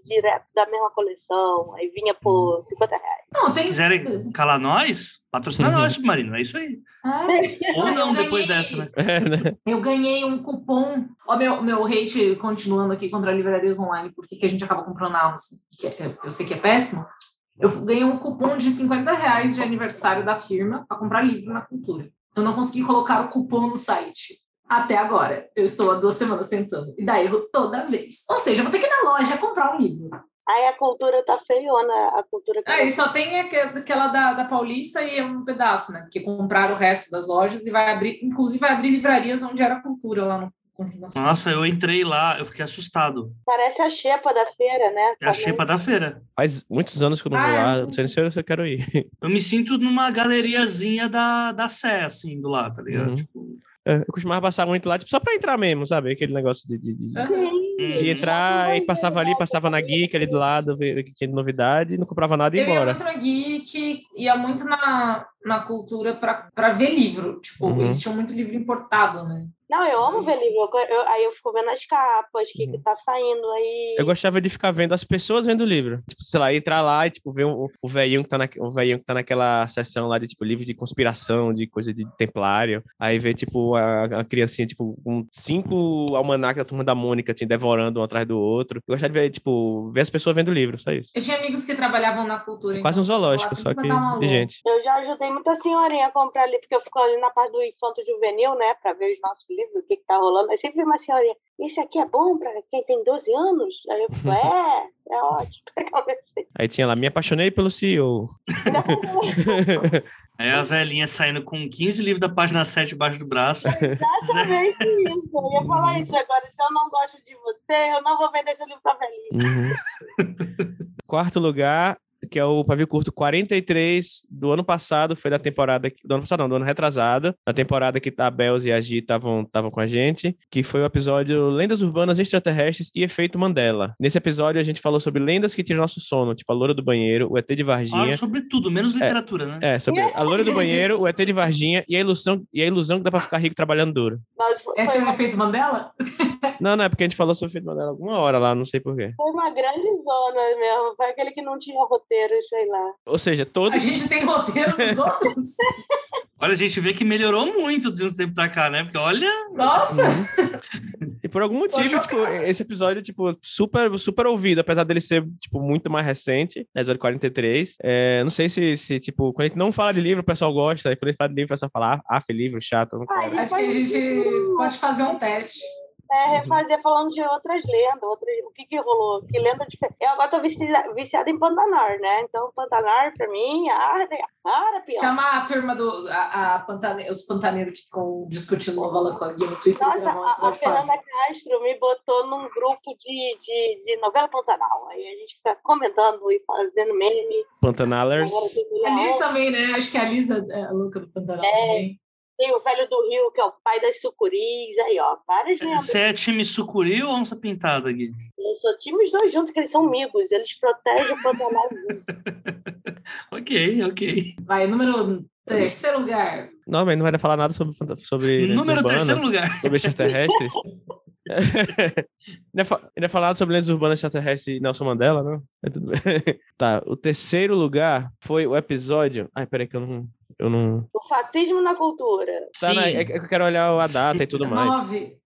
A: de- direto da mesma coleção, aí vinha por 50 reais.
B: não,
D: Se
B: tem...
D: quiserem calar nós,
C: Uhum.
D: patrocina nós, Submarino. É isso aí.
B: É.
D: Ou não, depois
B: ganhei.
D: dessa, né?
C: É, né?
B: Eu ganhei um cupom. Ó, meu, meu hate continuando aqui contra livrarias online, porque que a gente acaba comprando na Amazon. que é- eu sei que é péssimo. Eu ganhei um cupom de 50 reais de aniversário da firma para comprar livro na cultura. Eu não consegui colocar o cupom no site. Até agora. Eu estou há duas semanas tentando. E dá erro toda vez. Ou seja, eu vou ter que ir na loja comprar um livro.
A: Aí a cultura tá feiona, a cultura que
B: É, e só tem aque- aquela da, da Paulista e um pedaço, né? Porque compraram o resto das lojas e vai abrir, inclusive vai abrir livrarias onde era cultura lá no continuação.
D: Nossa, eu entrei lá, eu fiquei assustado.
A: parece a xepa da feira, né?
D: É a xepa da feira.
C: Faz muitos anos que eu não
B: Ah,
C: vou
B: é.
C: lá. Não sei nem se eu, se eu quero ir.
D: Eu me sinto numa galeriazinha da, da Sé, assim, do lado, tá ligado?
C: Uhum.
D: Tipo,
C: É, Eu costumava passar muito lá, tipo, só pra entrar mesmo, sabe? Aquele negócio de, de- de-
A: Sim.
C: de
D: hum,
C: entrar e passava ali, passava na geek ali do lado, ver o que tinha de novidade, não comprava nada e ia
B: Eu ia
C: embora.
B: muito na Geek, ia muito na, na cultura para ver livro. Tipo,
C: Uhum.
B: eles tinham muito livro importado, né?
A: Não, eu amo ver livro. eu co- eu- aí eu fico vendo as capas, o que, que tá saindo aí.
C: Eu gostava de ficar vendo as pessoas vendo o livro. Tipo, sei lá, entrar lá e, tipo, ver o, o velhinho que tá, na, o velhinho que tá naquela sessão lá de, tipo, livro de conspiração, de coisa de templário. Aí ver, tipo, a, a criancinha, tipo, com cinco almanacs da Turma da Mônica, assim, devorando um atrás do outro. Eu gostava de ver, tipo, ver as pessoas vendo o livro, só isso.
B: Eu tinha amigos que trabalhavam na cultura.
C: Quase um
B: então,
C: zoológico,
B: sei
C: só
B: lá, sempre
C: que
B: mandava uma
C: de
B: louca.
C: gente.
A: Eu já ajudei muita senhorinha a comprar ali, porque eu fico ali na parte do infanto juvenil, né, para ver os nossos livros, o que, que tá rolando. Aí sempre vem uma senhorinha, isso aqui é bom para quem tem 12 anos? Aí eu fico, é, é ótimo. Eu comecei,
C: Aí tinha lá, me apaixonei pelo CEO.
A: "Não,
D: Aí a velhinha saindo com 15 livros da página 7 debaixo do braço.
A: Exatamente isso. Eu ia falar isso agora. Se eu não gosto de você, eu não vou vender seu livro pra velhinha.
C: Uhum. Quarto lugar, que é o pavio curto 43 do ano passado, foi da temporada que- do ano passado, não, do ano retrasado, da temporada que a Belz e a Gi estavam estavam com a gente, que foi o episódio Lendas Urbanas Extraterrestres e Efeito Mandela. Nesse episódio a gente falou sobre lendas que tiram nosso sono, tipo a loura do banheiro, o ET de
D: Falaram
C: Varginha.
D: sobre tudo, menos literatura, né?
C: É, sobre a loura do banheiro, o ET de Varginha e a ilusão, e a ilusão que dá pra ficar rico trabalhando duro.
A: Mas foi,
B: Esse
A: foi
B: é o
A: uma,
B: efeito Mandela?
C: Não, não, é porque a gente falou sobre o efeito Mandela alguma hora lá, não sei porquê.
A: foi uma grande zona mesmo. Foi aquele que não tinha roteiro, sei lá.
C: Ou seja,
B: A
C: todos
B: gente tem roteiro dos outros?
D: Olha, a gente vê que melhorou muito de um tempo pra cá, né? Porque olha,
B: Nossa!
C: E E por algum motivo, tipo, esse episódio, tipo, super, super ouvido, apesar dele ser, tipo, muito mais recente, né, episódio 43. É, não sei se, se, tipo, quando a gente não fala de livro, o pessoal gosta, e quando a gente fala de livro, o pessoal fala, ah, livro chato. Não
B: ah, Acho que a gente pode fazer um teste.
A: É, refazer falando de outras lendas, outras, o que que rolou, que lenda diferente. Eu agora tô viciada, viciada em Pantanar, né? Então, Pantanar, pra mim, área, área pior.
B: Chama a turma do, a, a Pantane, os pantaneiros que ficam discutindo novela com a Guia no Twitter. é
A: Nossa, a, a Fernanda Castro me botou num grupo de, de, de novela Pantanal. Aí a gente fica comentando e fazendo meme.
C: Pantanalers.
B: A Liz também, né? Acho que a Lisa é a louca do Pantanal
A: é.
B: também.
A: Tem o velho do Rio, que é o pai das sucuris, aí, ó, várias lendas.
D: Você é time sucuri ou onça pintada, Gui?
A: Eu sou time os dois juntos, que eles são amigos, eles protegem o Pantanal junto.
D: ok, ok.
B: Vai, número terceiro lugar.
C: Não, mas não vai falar nada sobre. sobre
D: número urbanas, terceiro lugar.
C: Sobre extraterrestres. Ainda é falado sobre lendas urbanas extraterrestres e Nelson Mandela, não? É tudo... tá, o terceiro lugar foi o episódio. Ai, peraí, que eu não. Eu não...
A: O fascismo na cultura.
C: Tá, né? é que eu quero olhar a data Sim. e tudo mais.
B: Nove.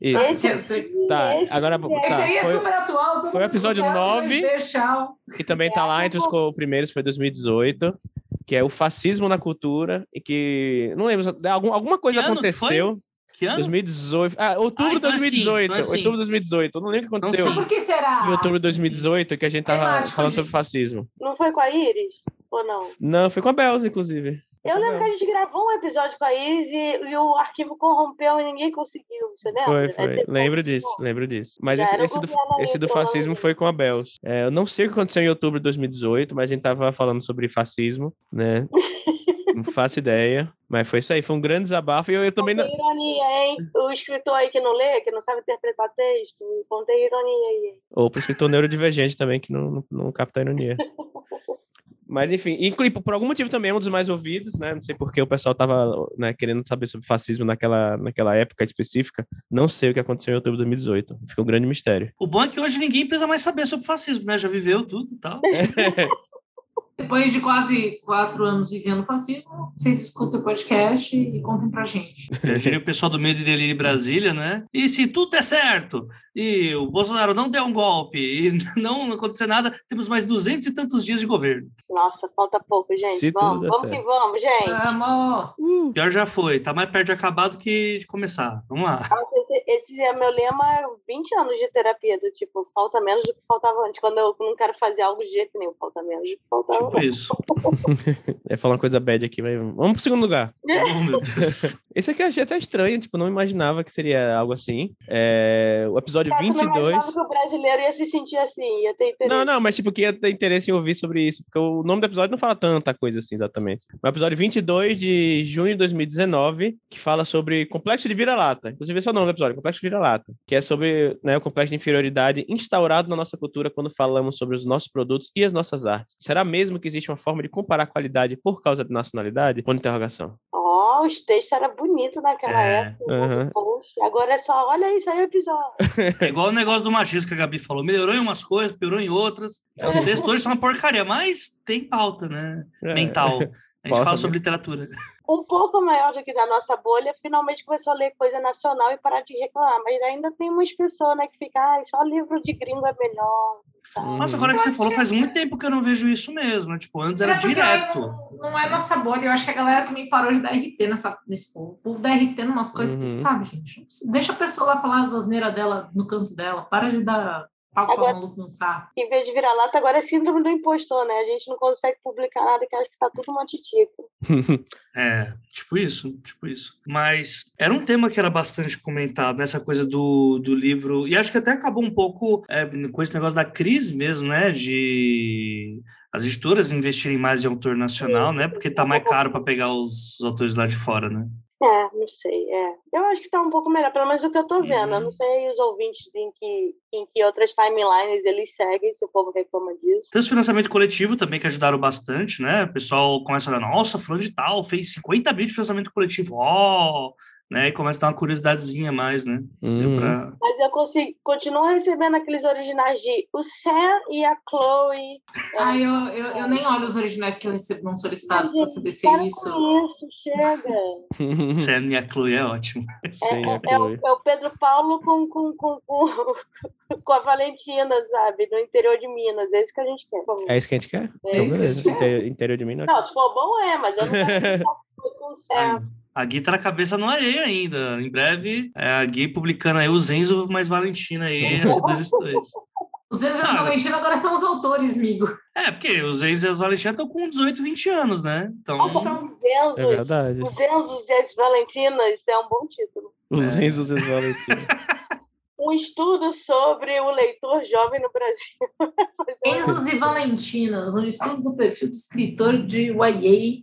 C: Isso.
A: Esse, esse,
C: tá, esse, agora.
B: Esse tá, aí é
C: foi,
B: super atual. Todo
C: foi o episódio
B: super,
C: 9.
B: Deixar...
C: Que também é, tá lá entre os co- primeiros, foi 2018. Que é o fascismo na cultura. E que. Não lembro, algum, alguma coisa
D: que
C: aconteceu.
D: Que ano?
C: 2018. Ah, outubro de então 2018. Assim, então outubro de 2018. Eu não lembro o que aconteceu.
B: Não sei. Por que será?
C: Em outubro de 2018, que a gente tava Temático, falando sobre fascismo.
A: Não foi com a Iris? Ou não?
C: Não, foi com a Belza, inclusive.
A: Eu lembro que a gente gravou um episódio com a Iris e, e o arquivo corrompeu e ninguém conseguiu, você lembra?
C: Foi, foi.
A: tipo
C: É lembro disso, lembro disso. Mas Já esse, esse do, esse do
A: né?
C: fascismo foi com a Bels. É, eu não sei o que aconteceu em outubro de 2018, mas a gente tava falando sobre fascismo, né? não faço ideia. Mas foi isso aí, foi um grande desabafo. E eu, eu também
A: contei não. ironia, hein? O escritor aí que não lê, que não sabe interpretar texto, contei ironia aí.
C: Ou pro escritor neurodivergente também, que não, não, não capta a ironia. Mas enfim, inclui, por algum motivo também é um dos mais ouvidos, né? Não sei porque o pessoal tava né, querendo saber sobre fascismo naquela, naquela época específica. Não sei o que aconteceu em outubro de 2018. Fica um grande mistério.
D: O bom é que hoje ninguém precisa mais saber sobre fascismo, né? Já viveu tudo e tal.
B: Depois de quase quatro anos vivendo fascismo, vocês escutam o podcast e contem pra gente.
D: Eu o pessoal do Medo e Delírio Brasília, né? E se tudo der certo, e o Bolsonaro não der um golpe, e não acontecer nada, temos mais duzentos e tantos dias de governo.
A: Nossa, falta pouco, gente. Se vamos, vamos certo. que vamos, gente.
B: Vamos!
D: Hum. Pior já foi, tá mais perto de acabar do que de começar. Vamos lá.
A: Esse é meu lema 20 anos de terapia, do tipo, falta menos do que faltava antes. Quando eu não quero fazer algo de jeito nenhum, falta menos do que faltava
D: tipo isso.
C: é falar uma coisa bad aqui, mas vamos pro segundo lugar.
D: Oh,
C: Esse aqui eu achei até estranho, tipo, não imaginava que seria algo assim. É... O episódio
A: Cara,
C: 22.
A: Eu que o brasileiro ia se sentir assim, ia ter interesse.
C: Não, não, mas tipo, que ia ter interesse em ouvir sobre isso, porque o nome do episódio não fala tanta coisa assim exatamente. O episódio 22 de junho de 2019, que fala sobre complexo de vira-lata. Inclusive, esse é o nome do episódio, complexo de vira-lata, que é sobre né, o complexo de inferioridade instaurado na nossa cultura quando falamos sobre os nossos produtos e as nossas artes. Será mesmo que existe uma forma de comparar qualidade por causa de nacionalidade? Ponto de interrogação.
A: Oh, os textos eram bonitos naquela é. época. Uhum. Poxa, agora é só, olha isso aí o episódio.
D: É igual o negócio do machismo que a Gabi falou. Melhorou em umas coisas, piorou em outras. Os textos hoje são uma porcaria, mas tem pauta, né? É. Mental. A gente Posso fala sobre literatura.
A: Um pouco maior do que da nossa bolha, finalmente começou a ler coisa nacional e parar de reclamar. Mas ainda tem umas pessoas né, que ficam, ah, só livro de gringo é melhor.
D: Hum.
C: É.
D: Nossa, agora que você falou, faz muito tempo que eu não vejo isso mesmo. Tipo, antes era
B: é
D: direto.
B: Não, não, é nossa bolha. Eu acho que a galera também parou de dar RT nessa, nesse povo. O povo dá RT numas coisas, uhum. sabe, gente? Deixa a pessoa lá falar as asneiras dela no canto dela. Para de dar pau agora, maluco no saco.
A: Em vez de virar lata, agora é síndrome do impostor, né? A gente não consegue publicar nada que acha que tá tudo matitico.
D: é, tipo isso, tipo isso. Mas era um tema que era bastante comentado, nessa né? coisa do, do livro. E acho que até acabou um pouco é, com esse negócio da crise mesmo, né? De as editoras investirem mais em autor nacional, Sim. né? Porque tá mais caro para pegar os, os autores lá de fora, né?
A: É, não sei, é. Eu acho que tá um pouco melhor, pelo menos o que eu tô vendo. Uhum. Eu não sei os ouvintes em que, em que outras timelines eles seguem, se o povo reclama disso.
D: Tem os financiamento coletivo também que ajudaram bastante, né? O pessoal começa a olhar, nossa, fulano de tal fez 50 mil de financiamento coletivo, ó... Oh! né? E começa a dar uma curiosidadezinha mais, né?
C: Hum.
D: Deu pra-
A: Mas eu consigo, continuo recebendo aqueles originais de o Sam e a Chloe.
B: Ah, eu, eu, eu nem olho os originais que eu recebo não solicitados para saber se
A: Para
B: é
A: com
B: isso.
A: isso, chega.
C: Uhum.
D: Sam e a Chloe é ótimo.
C: Sem a
A: É o,
C: Chloe.
A: é o Pedro Paulo com, com, com, com, com a Valentina, sabe? No interior de Minas. É isso que a gente quer.
C: É isso que a gente quer?
A: É
C: Então,
B: isso que a gente
C: beleza. Interior, interior de mim, não.
A: Não, se for bom, é, mas eu não quero ficar com o Sam.
D: A Gui tá na cabeça no areia ainda. Em breve, é a Gui publicando aí o Zenzo mais Valentina aí, essas duas histórias.
B: Os Enzo e
D: Ah.
B: a Valentina agora são os autores, amigo.
D: É, porque os Zenzo e as Valentina estão com 18, 20 anos, né? Então,
A: Nossa, os Enzos,
C: É verdade.
A: os Enzos e as Valentinas é um bom título.
C: Os Enzo e os Valentino.
A: Um estudo sobre o leitor jovem no Brasil. Mas é um-
B: Enzos e Valentinas, um estudo do perfil do escritor de YA.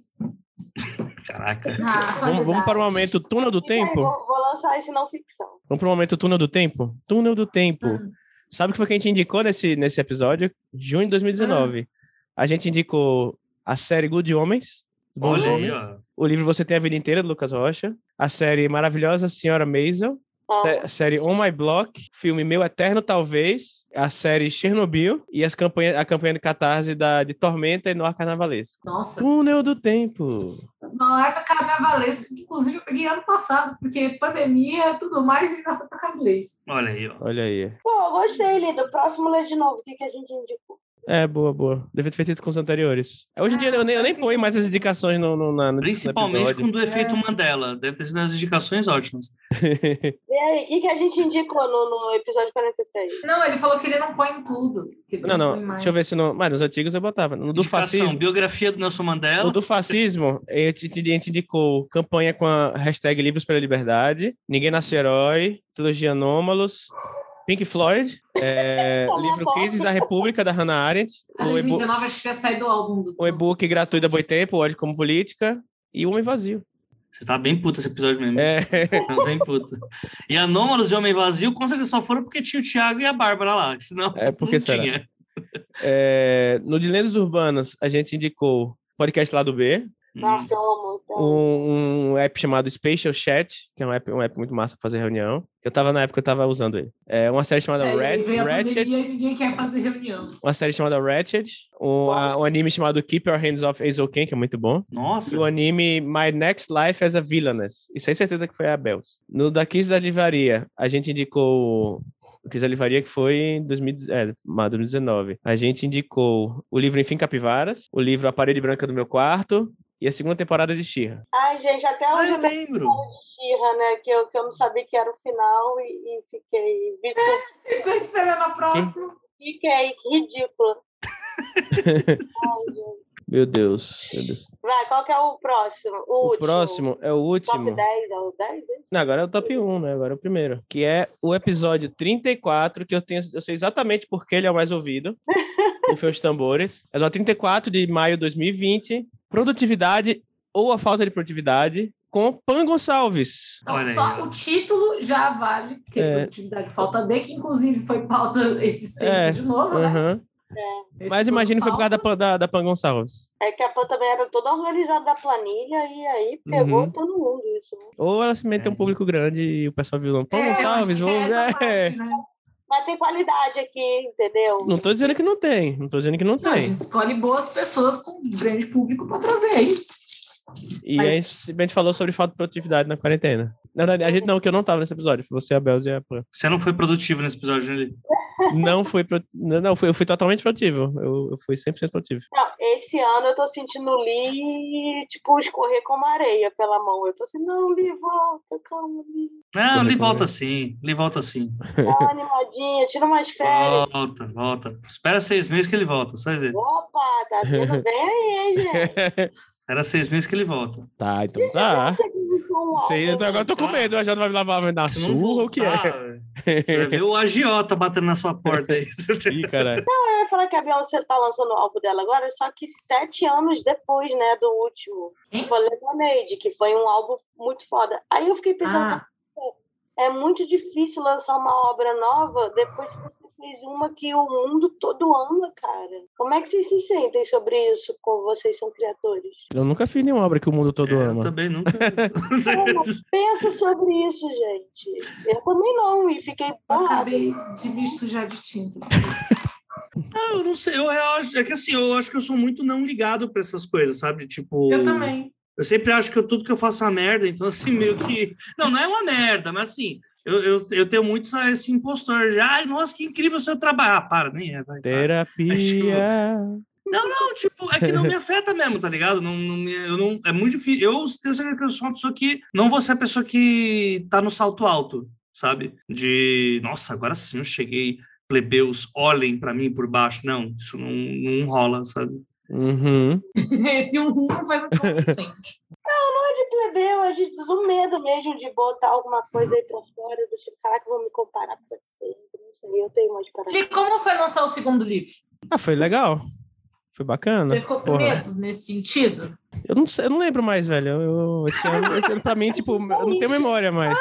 D: caraca.
B: na
C: vamos, vamos para o momento túnel do tempo?
A: é, Vou, vou lançar esse não ficção.
C: Vamos para o momento túnel do tempo? Túnel do tempo.
B: Ah.
C: Sabe o que foi que a gente indicou nesse, nesse episódio? Junho de 2019.
D: Ah.
C: A gente indicou a série Good Homens. Bons
D: Olha aí,
C: Homens.
D: ó.
C: O livro Você Tem a Vida Inteira, do Lucas Rocha. A série Maravilhosa Senhora Maisel.
A: Não,
C: sé- A É, série On My Block. Filme Meu Eterno Talvez. A série Chernobyl. E as campanha, a campanha de catarse da, de Tormenta e Noir Carnavalesco.
B: Nossa,
C: Túnel do Tempo.
B: na hora do carnavalesco, que inclusive eu peguei ano passado, porque pandemia e tudo mais, ainda foi para carnavalesco.
D: Olha aí, ó.
C: Olha aí.
A: Pô, eu gostei, lindo. Próximo lê de novo. O que, que a gente indicou?
C: É, boa, boa. Devia ter feito isso com os anteriores. É, Hoje em dia eu nem, eu nem ponho mais as indicações no, no, na, no
D: Principalmente
C: episódio.
D: com do efeito Mandela. Deve ter sido nas indicações ótimas.
A: E aí, o que, que a gente indicou no, no episódio 43?
C: Hum.
B: Não, ele falou que ele não põe em tudo. que ele
C: Não,
B: põe
C: não.
B: mais.
C: Deixa eu ver se não. Mas nos antigos eu botava. No do
D: Indicação,
C: fascismo.
D: biografia do Nelson
C: No
D: Mandela.
C: do fascismo, a gente a gente indicou campanha com a hashtag Livros pela Liberdade, Ninguém Nasceu Herói, Trilogia Anômalos, Pink Floyd, é,
A: Tá
C: livro
A: bom.
C: Crises da República, da Hannah Arendt,
B: A
C: o e-book-
B: 2019 acho que já sai do álbum do.
C: o e-book gratuito da Boitempo, O Ódio como Política, e O Homem Vazio.
D: Você tá bem puta esse episódio mesmo.
C: É,
D: Tá bem puta. E Anômalos e Homem Vazio, com certeza só foram porque tinha o Thiago e a Bárbara lá. que Senão
C: é porque
D: não
C: será?
D: tinha.
C: É, no de Lendas Urbanas, a gente indicou podcast Lado B,
A: Nossa, eu amo. eu amo.
C: um, um app chamado Spatial Chat, que é um app, um app muito massa pra fazer reunião. Eu tava na época, eu tava usando ele. É, uma série chamada
B: É, e
C: Rat-
B: veio a
C: Ratchet.
B: pandemia e ninguém quer fazer reunião.
C: uma série chamada Ratchet, um, a- um anime chamado Keep Your Hands Off Hazel Ken, que é muito bom,
D: Nossa.
C: e o anime My Next Life as a Villainess. E sem certeza que foi a Bells. No da Kiss da Livraria, a gente indicou o Kiss da Livraria, que foi em 2000 é, ma- 2019. A gente indicou o livro Enfim Capivaras, o livro A Parede Branca do Meu Quarto, e a segunda temporada de Xirra.
A: Ai, gente, até
D: Ah,
A: hoje
D: eu
A: eu tô
D: lembro.
A: de Xirra, né? Que eu, que eu não sabia que era o final e, e fiquei. vi tudo,
B: Ele ficou esperando a próxima.
A: Fiquei ridícula. Ai, gente.
C: Meu Deus. Meu Deus.
A: Vai, qual que é o próximo? O,
C: O
A: último.
C: próximo é o
A: Top
C: último.
A: 10, é o 10? é isso?
C: Não, agora é o top 1, né? Agora é o primeiro. Que é o episódio 34, que eu tenho. Eu sei exatamente porque ele é o mais ouvido. do Feus Tambores. É do 34 de maio de 2020. Produtividade ou a falta de produtividade com Pan Gonçalves.
B: Não,
D: Olha
B: só
D: aí, ó.
B: o título já vale, porque
C: É.
B: produtividade falta D, que inclusive foi pauta esses tempos
C: É.
B: de novo, né?
C: Aham.
B: Esse
C: Mas
B: foram
C: imagino que foi por causa da, Pan-
B: pautas.
C: da, da Pan Gonçalves.
A: É que a Pan também era toda organizada da planilha e aí pegou
C: Uhum.
A: todo mundo isso. né?
C: Ou ela se meteu
D: É.
C: um público grande e o pessoal viu Pan
B: É, eu acho
C: Gonçalves,
B: que
C: vamos.
B: essa
C: É.
B: parte, né?
A: Mas tem qualidade aqui, entendeu?
C: Não tô dizendo que não tem. Não tô dizendo que não
B: Não, a
C: tem.
B: gente escolhe boas pessoas com grande público para trazer é isso.
C: E
B: Mas-
C: aí, a gente falou sobre falta de produtividade na quarentena. Na verdade, a gente não, que eu não tava nesse episódio. Foi você, a Belza e a Pan.
D: Você não foi produtivo nesse episódio, né? Lili?
C: Não fui, pro... não, não, fui- eu fui totalmente produtivo. Eu, eu fui 100% produtivo.
A: Não, esse ano eu tô sentindo o Li, tipo, escorrer como areia pela mão. Eu tô assim, não, Li, volta, calma, Li.
D: Não, Ah, ele
C: recomendo.
D: volta sim. Ele volta sim.
A: Dá uma animadinha, tira umas férias.
D: Volta, volta. Espera seis meses que ele volta, você vai ver.
A: Opa, tá vendo bem aí, hein, gente?
D: Espera seis meses que ele volta.
C: tá, então tá.
A: Nossa, que isso é um álbum.
C: Sei, eu tô- agora eu tô com medo. A Jota vai me lavar, vai me dar uma
D: Se não
C: surra ou o que é?
D: voltar, velho, Você vai ver o agiota batendo na sua porta aí.
C: Ih, caralho.
A: Eu ia falar que a Beyoncé tá lançando o álbum dela agora, só que sete anos depois, né, do último.
B: Quem?
A: Foi Lemonade, que foi um álbum muito foda. Aí eu fiquei pensando,
B: Ah,
A: é muito difícil lançar uma obra nova depois que você fez uma que o mundo todo ama, cara. Como é que vocês se sentem sobre isso, como vocês são criadores?
C: Eu nunca fiz nenhuma obra que o mundo todo
D: Eu
C: ama.
D: também nunca.
A: Cara, pensa sobre isso, gente. Eu também não, e fiquei
B: Eu
A: barrada.
B: acabei de me sujar de tinta.
D: Ah, eu não sei, eu acho, é que assim, eu acho que eu sou muito não ligado pra essas coisas, sabe? Tipo,
B: Eu também.
D: eu sempre acho que eu- tudo que eu faço é uma merda, então assim, meio que. Não, não é uma merda, mas assim, eu, eu, eu tenho muito essa- esse impostor já. Ai, nossa, que incrível o seu trabalho. Ah, para, nem é, vai. para.
C: Terapia.
D: Não, tipo, é que não me afeta mesmo, tá ligado? Não, não me- eu não, é muito difícil. Eu tenho certeza que eu sou uma pessoa que. Não vou ser a pessoa que tá no salto alto, sabe? De. Nossa, agora sim eu cheguei. Plebeus, olhem pra mim por baixo. Não, isso não, não rola, sabe?
C: Uhum.
B: Esse um não vai no consenso.
A: de plebeu, a gente usa um medo mesmo de botar alguma coisa aí pra fora, do tipo, caraca, eu vou me comparar com você. Não sei, eu tenho umas paradas.
B: E como foi lançar o segundo livro?
C: Ah, foi legal. Foi bacana.
B: Você ficou com
C: Porra.
B: medo nesse sentido?
C: Eu não, sei- eu não lembro mais, velho. Eu, eu- esse, ano, esse ano, pra mim, tipo, eu não tenho memória mais.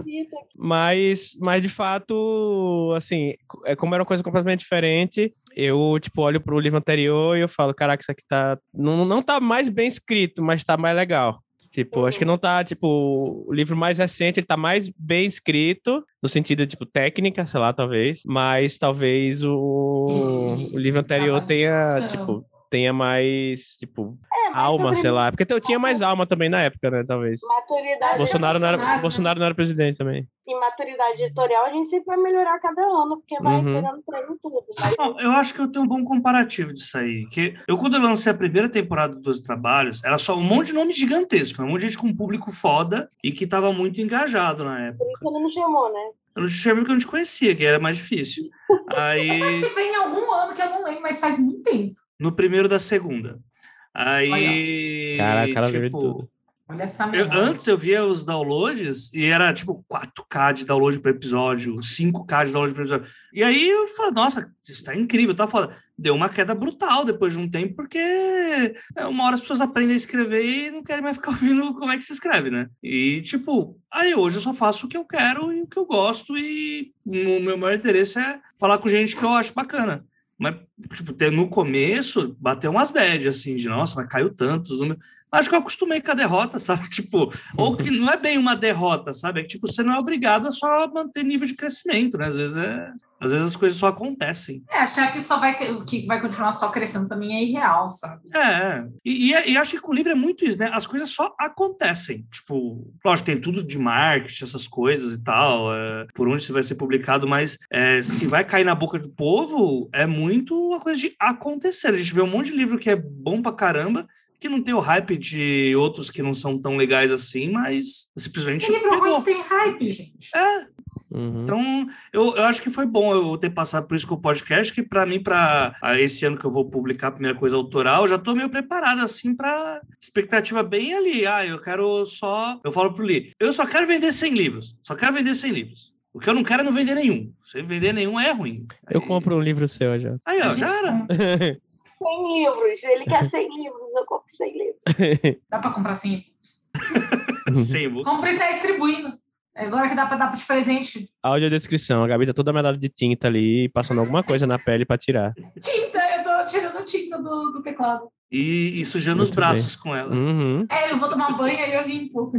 A: Acredita que
C: Mas, mas de fato, assim, co- é como era uma coisa completamente diferente, eu, tipo, olho pro livro anterior e eu falo, caraca, isso aqui tá... Não, não tá mais bem escrito, mas tá mais legal. Tipo, acho que não tá, tipo, o livro mais recente, ele tá mais bem escrito, no sentido, tipo, técnica, sei lá, talvez, mas talvez o, o livro anterior tenha,
B: avaliação.
C: tipo, tenha mais, tipo,
A: É, mas
C: alma,
A: sobre
C: sei lá. Porque eu tinha mais alma também na época, né, talvez.
A: Maturidade
C: Bolsonaro não era,
B: Bolsonaro, né?
C: Bolsonaro não era presidente também.
A: e maturidade editorial a gente sempre vai melhorar cada ano, porque vai
C: Uhum.
A: pegando prêmio tudo. Mas
D: Bom, eu acho que eu tenho um bom comparativo disso aí. Que eu, quando eu lancei a primeira temporada do Dois Trabalhos, era só um monte de nome gigantesco, um monte de gente com um público foda e que tava muito engajado na época.
A: por isso ele não chamou, né?
D: Eu não chamei porque eu não te conhecia, que era mais difícil. Aí.
B: Se vem em algum ano que eu não lembro, mas faz muito tempo.
D: No primeiro da segunda. Aí.
C: Caraca, ela lembra de
D: tipo,
C: tudo.
B: Olha essa
D: eu-
B: memória.
D: antes eu via os downloads e era tipo 4K de download por episódio, 5K de download por episódio. E aí eu falei, nossa, isso tá incrível, tá foda. Deu uma queda brutal depois de um tempo, porque é, uma hora as pessoas aprendem a escrever e não querem mais ficar ouvindo como é que se escreve, né? E tipo, aí hoje eu só faço o que eu quero e o que eu gosto, e o meu maior interesse é falar com gente que eu acho bacana. Mas, tipo, ter no começo, bateu umas bad, assim, de nossa, mas caiu tanto os números. Acho que eu acostumei com a derrota, sabe? Tipo, ou que não é bem uma derrota, sabe? É que, tipo, você não é obrigado a só manter nível de crescimento, né? Às vezes, é... Às vezes as coisas só acontecem.
B: É, achar que só vai ter- que vai continuar só crescendo também é irreal, sabe?
D: É, é. E, e- e acho que com o livro é muito isso, né? As coisas só acontecem. Tipo, lógico, tem tudo de marketing, essas coisas e tal, é, por onde se vai ser publicado, mas é, se vai cair na boca do povo, é muito uma coisa de acontecer. A gente vê um monte de livro que é bom pra caramba, que não tem o hype de outros que não são tão legais assim, mas simplesmente
B: Que livro ruim
D: pegou.
B: que tem hype, gente?
C: Uhum.
D: Então, eu, eu acho que foi bom eu ter passado por isso com o podcast, que para mim, para esse ano que eu vou publicar a primeira coisa autoral, eu já tô meio preparado, assim, para expectativa bem ali. Ah, eu quero só. Eu falo pro Li, eu só quero vender 100 livros. Só quero vender 100 livros. O que eu não quero é não vender nenhum. Se vender nenhum é ruim.
C: Eu
D: Aí-
C: compro um livro seu já.
D: Aí, ó, já era.
A: Tem livros, ele quer 100 livros, eu compro 100 livros.
B: Dá pra comprar sem.
D: Sem boca.
B: Compre e sai distribuindo. É Agora que dá pra dar de presente.
C: Audiodescrição. A Gabi tá toda medalha de tinta ali, passando alguma coisa na pele pra tirar.
B: Tinta, eu tô tirando tinta do, do teclado.
D: E, e sujando os
C: Muito
D: braços com ela.
C: Uhum.
B: É, eu vou tomar banho e eu limpo.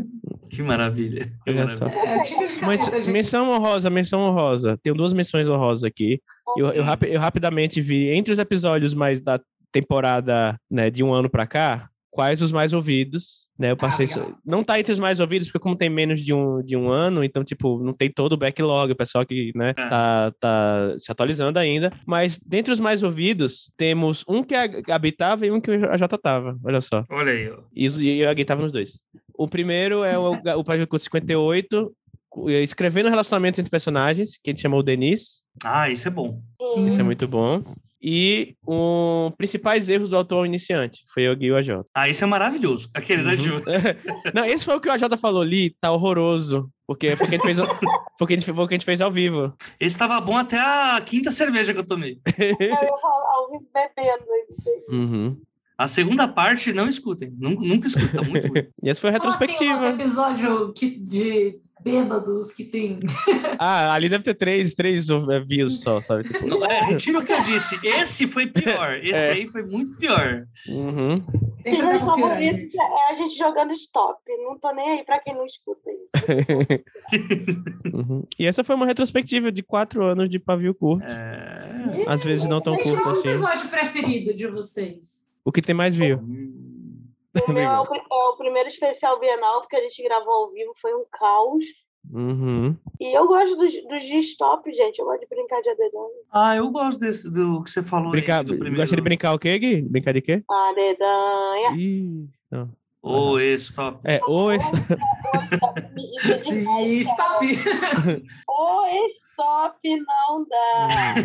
D: Que maravilha. Que
C: Olha
D: maravilha.
C: só.
B: É, dica de
C: Mas,
B: caneta, gente.
C: menção honrosa, menção honrosa. Tenho duas menções honrosas aqui. Eu,
A: Uhum.
C: eu rapi- eu rapidamente vi entre os episódios mais da temporada né, de um ano pra cá, quais os mais ouvidos. Né, eu passei.
B: legal.
C: so- não tá entre os mais ouvidos, porque como tem menos de um, de um ano, então, tipo, não tem todo o backlog, o pessoal que né,
D: É.
C: tá, tá se atualizando ainda. Mas dentre os mais ouvidos, temos um que a Gabi tava e um que a Jota tava. Olha só.
D: Olha aí, ó.
C: E, os- e a Gui tava nos dois. O primeiro é o, o Página 58, cu- escrevendo relacionamentos entre personagens, que a gente chamou o Denis.
D: Ah, isso é bom.
B: Sim.
C: Isso é muito bom. E um, principais erros do autor iniciante, que foi eu, Gui e o AJ.
D: Ah, isso é maravilhoso. Aqueles,
C: Uhum.
D: né, Gil?
C: Não, esse foi o que o AJ falou ali, tá horroroso. Porque foi o que a gente fez, ao- foi o que a gente, foi o que a gente fez ao vivo.
D: Esse tava bom até a quinta cerveja que eu tomei.
A: Eu ia falar, ao vivo bebendo.
C: Uhum.
D: A segunda parte, não escutem. Nunca, nunca escuta, tá muito ruim.
C: E essa foi a
B: Como assim o
C: retrospectiva.
B: nosso episódio que- de bêbados que tem.
C: Ah, ali deve ter três, três eh, views só, sabe? Tipo,
D: Não, é, retiro o que eu disse. Esse foi pior. Esse
C: É.
D: aí foi muito pior.
C: uhum.
A: Os
B: tem um
A: meus
B: problema com pirâmide.
A: favoritos é a gente jogando stop. Não tô nem aí pra quem não escuta isso.
C: Uhum. E essa foi uma retrospectiva de quatro anos de pavio curto.
D: É...
C: Às vezes não tão
B: Gente,
C: curto
B: qual é o
C: assim.
B: episódio preferido de vocês?
C: O que tem mais view?
A: O meu é o, pri- é o primeiro especial bienal, porque a gente gravou ao vivo, foi um caos.
C: Uhum.
A: E eu gosto dos, dos de stop, gente. Eu gosto de brincar de adedonha.
D: Ah, eu gosto desse, do que você falou. aí,
C: Brincar,
D: do primeiro.
C: gosta de brincar o quê, Gui? Brincar de quê?
A: Adedanha.
C: Ih, não.
D: Ô, Oh, esse top.
C: É, ou esse...
A: O stop me irrita
B: Sim,
A: demais.
B: está bem.
A: O stop não dá.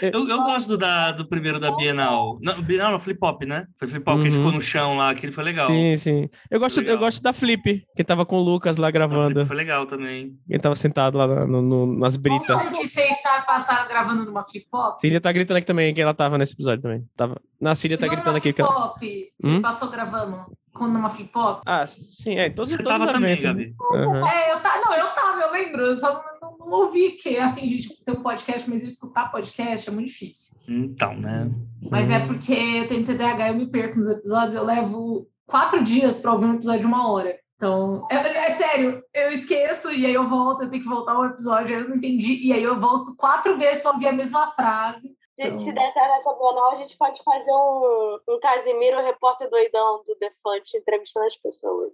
C: É.
D: Eu, eu gosto do, da, do primeiro da Bienal. Não, Bienal não, Flip Hop, né? Foi Flip Hop que ele
C: Uhum.
D: ficou no chão lá, aquele foi legal.
C: Sim, sim. Eu gosto, eu
D: Legal.
C: gosto da Flip, que tava com o Lucas lá
D: A Flip
C: gravando.
D: Foi legal também.
C: Ele tava sentado lá na- no, no- nas britas.
B: Como que vocês sa- passaram gravando numa flip-flop?
C: Cília tá gritando aqui também, que ela tava nesse episódio também. Tava... Não, Cília tá
B: Não,
C: gritando
B: numa
C: aqui. Que ela...
B: flip-flop, Você
C: Hum?
B: passou gravando com numa flip-flop?
C: Ah, sim, é. Todos,
D: Você
C: todos
D: tava
C: os
D: também,
C: eventos, né?
D: Gabi.
C: Aham.
B: É, eu tá, não, eu tava, eu lembro, eu só não, não- não ouvi que, assim, gente, tem um podcast, mas eu escutar podcast é muito difícil.
D: Então, né?
B: Mas é
C: Uhum.
B: porque eu tenho TDAH, eu me perco nos episódios, eu levo quatro dias pra ouvir um episódio de uma hora. Então, é, é sério, eu esqueço e aí eu volto, eu tenho que voltar um episódio, aí eu não entendi, e aí eu volto quatro vezes pra ouvir a mesma frase.
A: Gente, se
B: Então-
A: der certo essa bienal, a gente pode fazer um, um Casimiro repórter doidão do Defante entrevistando as pessoas.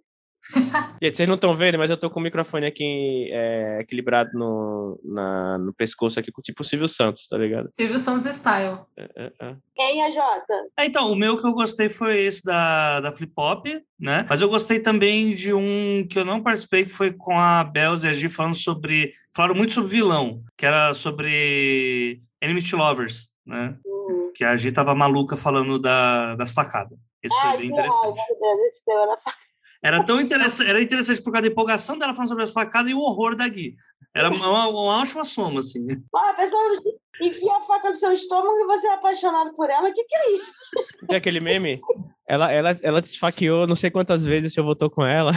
C: Gente, vocês não estão vendo, mas eu tô com o microfone aqui é, equilibrado no, na- no pescoço aqui, com tipo o Silvio Santos, tá ligado?
B: Silvio Santos Style.
C: É, é.
A: Quem é Jota?
D: É, então, o meu que eu gostei foi esse da, da Flip Hop, né? Mas eu gostei também de um que eu não participei, que foi com a Belz e a Gi falando sobre. Falaram muito sobre vilão, que era sobre Enemy to Lovers, né?
A: Hum.
D: Que a Gi tava maluca falando da, das facadas. Esse
A: Ai,
D: foi bem
A: que
D: interessante.
A: raiva, meu Deus, esse tema era-
D: Era tão interessante, era interessante por causa da empolgação dela falando sobre as facadas e o horror da Gui. Era uma, uma ótima soma, assim.
A: Ó, a pessoa enfia a faca no seu estômago e você é apaixonado por ela. Que que é isso?
C: Tem aquele meme? Ela, ela, ela te esfaqueou não sei quantas vezes, o senhor votou com ela.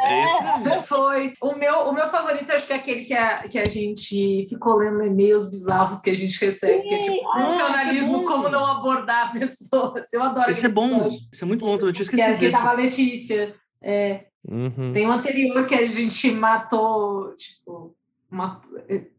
D: É esse.
B: Foi. O meu, o meu favorito, acho que é aquele que a, que a gente ficou lendo e-mails bizarros que a gente recebe, que é tipo,
A: Sim,
D: nossa,
B: profissionalismo,
D: isso é bom.
B: como não abordar pessoas. Eu adoro
D: Esse é
B: aquele
D: bom,
B: episódio.
D: esse é muito bom, eu tinha
B: Que, é-
D: esquecido
B: que
D: desse.
B: tava a Letícia. É,
C: Uhum.
B: tem um anterior que a gente matou, tipo, uma-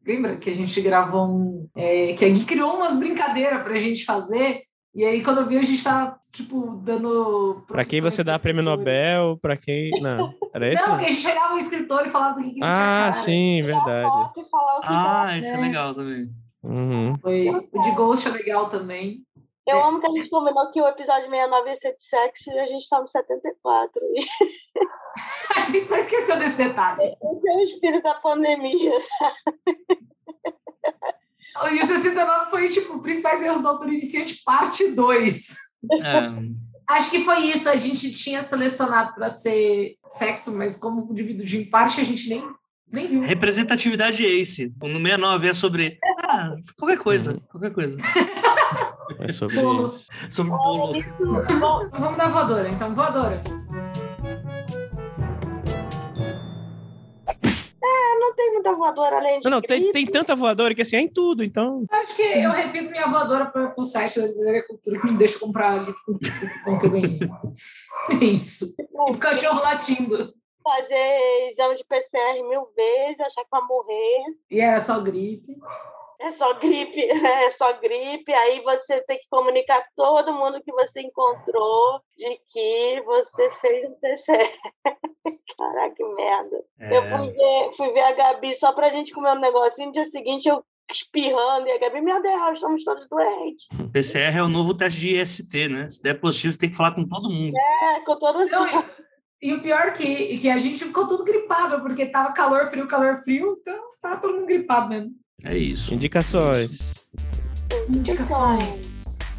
B: lembra que a gente gravou um. é, que a Gui criou umas brincadeiras pra gente fazer. E aí, quando eu vi, a gente tava, tipo, dando.
C: Pra quem
B: profissões
C: você dá
B: pros
C: prêmio
B: escritores.
C: Nobel, pra quem. Não, era esse?
B: Não, que a gente chegava um escritor e falava do que, que ele tinha
C: Ah,
B: cara.
C: sim,
A: Tirar
C: verdade.
A: foto e falar o que
D: Ah, esse é
B: né?
D: legal também.
C: Uhum.
B: Foi. O de Ghost é legal também.
A: dá.
D: é.
A: Eu amo que a gente combinou que o episódio 69 ia ser de sexo e a gente tá no 74. E
B: A gente só esqueceu desse detalhe.
A: esse é o espírito da pandemia.
B: E o 69 foi, tipo, principais erros do autor iniciante, parte 2.
D: É,
B: Acho que foi isso. A gente tinha selecionado para ser sexo, mas como dividido em parte, a gente nem, nem viu.
D: representatividade Ace. No 69 é sobre. Ah, qualquer coisa, qualquer coisa.
C: É sobre
B: Bolo.
C: isso.
D: Sobre
A: Olha,
D: bolo.
A: isso, bom,
B: Vamos na voadora, então. Voadora.
A: não tem muita voadora além de
C: Não, não, tem,
A: gripe.
C: tem tanta voadora que assim, é em tudo, então.
B: Acho que eu repito minha voadora para o site da Brasileira Cultura, que me deixa comprar livro com o que eu ganhei. É isso. E o cachorro latindo.
A: fazer exame de PCR mil vezes, achar que vai morrer.
B: E era só gripe.
A: É só gripe, é só gripe. Aí você tem que comunicar todo mundo que você encontrou de que você fez um PCR. Caraca, que merda. Eu fui
D: É,
A: ver, fui ver a Gabi só pra gente comer um negocinho. No dia seguinte eu espirrando e a Gabi, meu Deus, estamos todos doentes.
D: PCR é o novo teste de IST, né? Se der positivo, você tem que falar com todo mundo.
A: É, com todo
B: Não,
A: assim.
B: e, e o pior que, que a gente ficou tudo gripado, porque tava calor, frio, calor, frio, então tá todo mundo gripado mesmo.
D: É isso.
C: Indicações.
A: Indicações.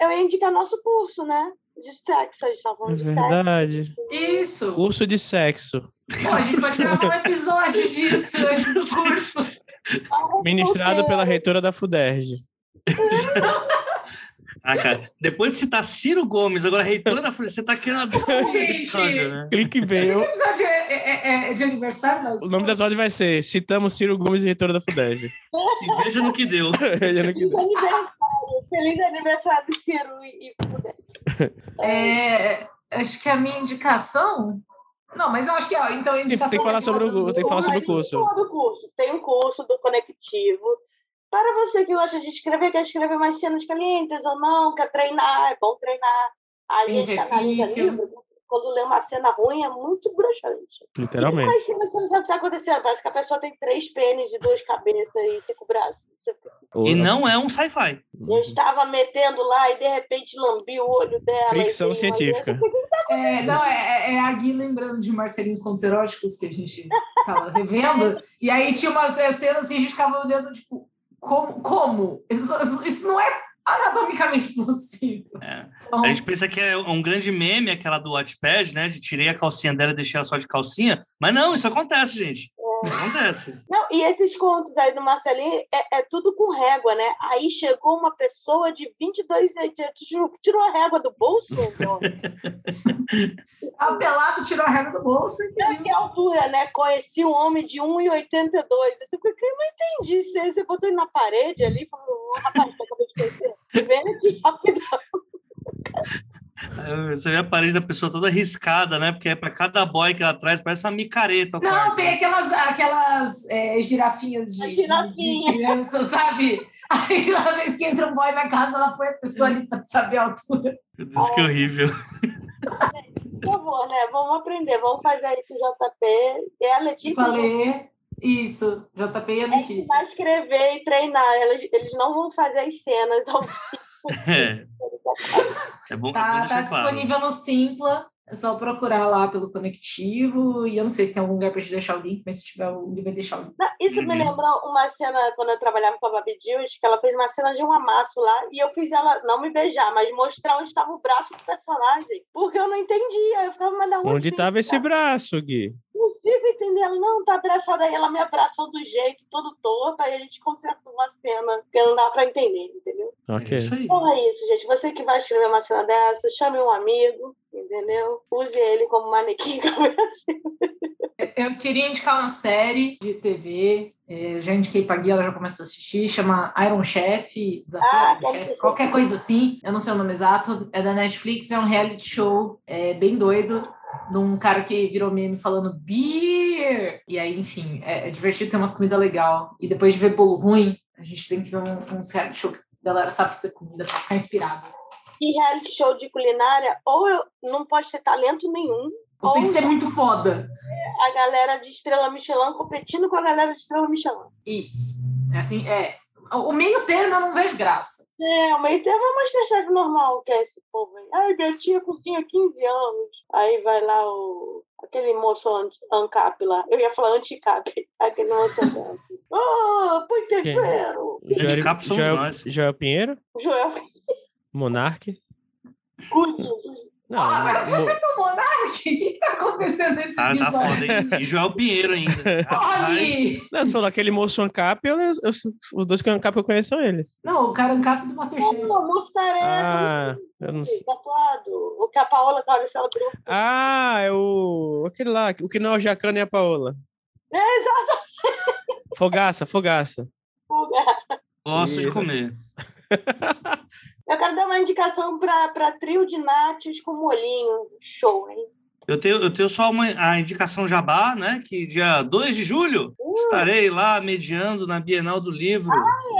A: Eu ia indicar nosso curso, né? De sexo, a gente tava
C: É
A: falando de sexo.
C: verdade.
B: Isso.
C: Curso de sexo.
B: Pô, a gente pode gravar um episódio disso antes do curso.
A: Algo
C: Ministrado
A: porque-
C: pela reitora da FUDERJ.
D: Ah, cara, depois de citar Ciro Gomes, agora reitora da Folha, você tá querendo uma
B: Gente.
C: Clique bem.
B: Esse episódio é, é- é- é de aniversário, mas.
C: O nome do episódio vai ser Citamos Ciro Gomes e Reitora da FUDERJ.
D: E veja no que deu.
C: Eu não quis-
A: Feliz aniversário! Feliz aniversário, Ciro e
B: É, acho que a minha indicação. Não, mas eu acho que. ó, então, a
C: Tem
B: indicação
C: tem que falar sobre o, tem que falar sobre o curso.
A: Todo curso. Tem um curso do Conectivo. Para você que gosta de escrever, quer escrever mais cenas calientes ou não, quer treinar, é bom treinar. A
B: Tem
A: gente analisa
B: exercício.
A: livro, quando lê uma cena ruim, é muito broxante.
C: Literalmente.
A: Mas você não sabe o que está acontecendo. Parece que a pessoa tem três pênis e duas cabeças e cinco braços. Você fica-
D: E não é um sci-fi.
C: Uhum.
A: Eu estava metendo lá e de repente lambi o olho dela. e
C: Fricção
A: veio uma-
C: científica.
B: É, não, é, é- é a Gui lembrando de Marcelinhos Contos Eróticos, que a gente tava revendo. e aí tinha umas é, cenas que a gente ficava olhando, tipo, como? como? Isso, isso- isso não é anatomicamente possível.
D: É.
B: Então,
D: A gente pensa que é um grande meme, aquela do Wattpad, né? De tirei a calcinha dela e deixei ela só de calcinha. Mas não, isso acontece, gente.
A: É.
D: Acontece.
A: Não, e esses contos aí do Marcelinho é, é tudo com régua, né? Aí chegou uma pessoa de 22 anos, tirou- tirou a régua do bolso? pô.
B: a pelado tirou a regra do bolso.
C: É,
B: e
A: Olha que altura, né? Conheci um homem de 1,82. Eu fico, eu não entendi. Você, você botou ele na parede ali, falou, "Ô, rapaz, você acabou de conhecer. Vem aqui, rápido.
D: Aí É, Você vê a parede da pessoa toda riscada, né? Porque é para cada boy que ela traz, parece uma micareta. o
B: Não,
D: quarto.
B: tem aquelas, aquelas é, girafinhas de,
A: A girafinha.
B: de criança, sabe? Aí, toda vez que entra um boy na casa, ela põe a pessoa ali pra saber a altura.
D: Meu Deus, que é horrível.
A: Por favor, né? Vamos aprender. Vamos fazer aí com o JP. É a Letícia.
B: Falei, isso, JP e a
A: É que
B: Letícia.
A: vai escrever e treinar. Elas- eles não vão fazer as cenas ao
D: É, é bom, é bom
B: Tá, tá
D: deixar claro.
B: disponível no Simpla. É só procurar lá pelo Conectivo. E eu não sei se tem algum lugar pra gente deixar o link, mas se tiver o link, vai deixar o link.
A: Não, Isso me
D: Uhum.
A: lembrou uma cena quando eu trabalhava com a Babi Dills, que ela fez uma cena de um amasso lá, e eu fiz ela não me beijar, mas mostrar onde estava o braço do personagem, porque eu não entendia. Eu ficava, mas da
C: Onde estava
A: vem
C: esse braço, Gui?
A: Impossível tá?" entender. Ela não tá abraçada aí, ela me abraçou do jeito todo torto, aí a gente consertou uma cena, porque não dá pra entender, entendeu?
C: Ok.
D: É isso aí.
A: Então é isso, gente. Você que vai escrever uma cena dessa, chame um amigo, entendeu? Use ele como manequim cabeça.
B: Eu queria indicar uma série de TV. eh, Eu já indiquei pra Gui, ela já começou a assistir. Chama Iron Chef, Desafio
A: Ah,
B: Iron
A: deve
B: Chef,
A: ser.
B: qualquer coisa assim. Eu não sei o nome exato. É da Netflix, é um reality show é, bem doido. De um cara que virou meme falando beer. E aí, enfim, é, é divertido, tem umas comidas legal. E depois de ver bolo ruim, a gente tem que ver um, um reality show que a galera sabe fazer comida pra ficar inspirado.
A: E reality show de culinária, ou eu não pode ter talento nenhum,
B: Ou tem que ser
A: Ou-
B: muito foda.
A: a galera de Estrela Michelin competindo com a galera de Estrela Michelin.
B: Isso. É assim, é. O meio termo eu não vejo graça.
A: É, o meio termo é Masterchef normal, que é esse povo aí. Ai, minha tia cozinha há 15 anos. Aí vai lá o... Aquele moço anti- ANCAP lá. Eu ia falar anticap. Aquele moço ANCAP. Ah, põe tempero!
D: Gente, capo somos
C: Joel,
D: nós.
C: Joel Pinheiro?
A: Joel
C: Monark?
A: Cunha.
C: Não,
B: ah, agora
C: Mo-
B: você citou Monark? O que que tá acontecendo nesse
D: Cara, tá
B: episódio?
D: foda, hein? E Joel Pinheiro ainda. Ai,
B: Olhe!
C: não, você falou aquele moço Ancap, eu, eu- os dois que Ancap eu conheço são eles.
B: Não, o cara é um capo do Masterchef.
A: Não, mussarela.
C: Ah, eu não sei.
A: Tatuado. O que a Paola Carosella abriu.
C: Ah, é o. aquele lá, o que não é o Jacana e a Paola.
A: É, exato.
C: Fogaça, fogaça.
D: Gosto de
C: Isso.
D: comer.
A: Eu quero dar uma indicação para trio de nachos com molinho. Show, hein?
D: Eu tenho, eu tenho só uma, a indicação jabá, né? Que dia 2 de julho
A: Uh,
D: estarei lá mediando na Bienal do Livro,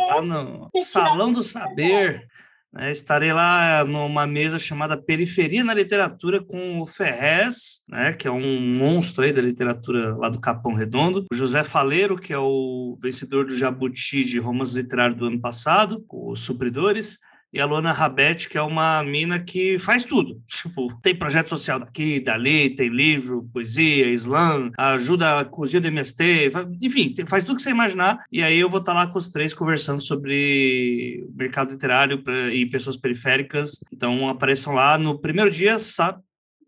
D: lá no Salão do Saber. né, estarei lá numa mesa chamada Periferia na Literatura com o Ferrez, né, que é um monstro aí da literatura lá do Capão Redondo, o José Faleiro, que é o vencedor do Jabuti de Romances Literários do ano passado, os Supridores, e a Luana Rabete, que é uma mina que faz tudo. Tipo, tem projeto social daqui, dali, tem livro, poesia, slam, ajuda a cozinha do MST, fa- enfim, tem- faz tudo que você imaginar. E aí eu vou estar lá com os três conversando sobre o mercado literário pra- e pessoas periféricas. Então apareçam lá no primeiro dia, sa-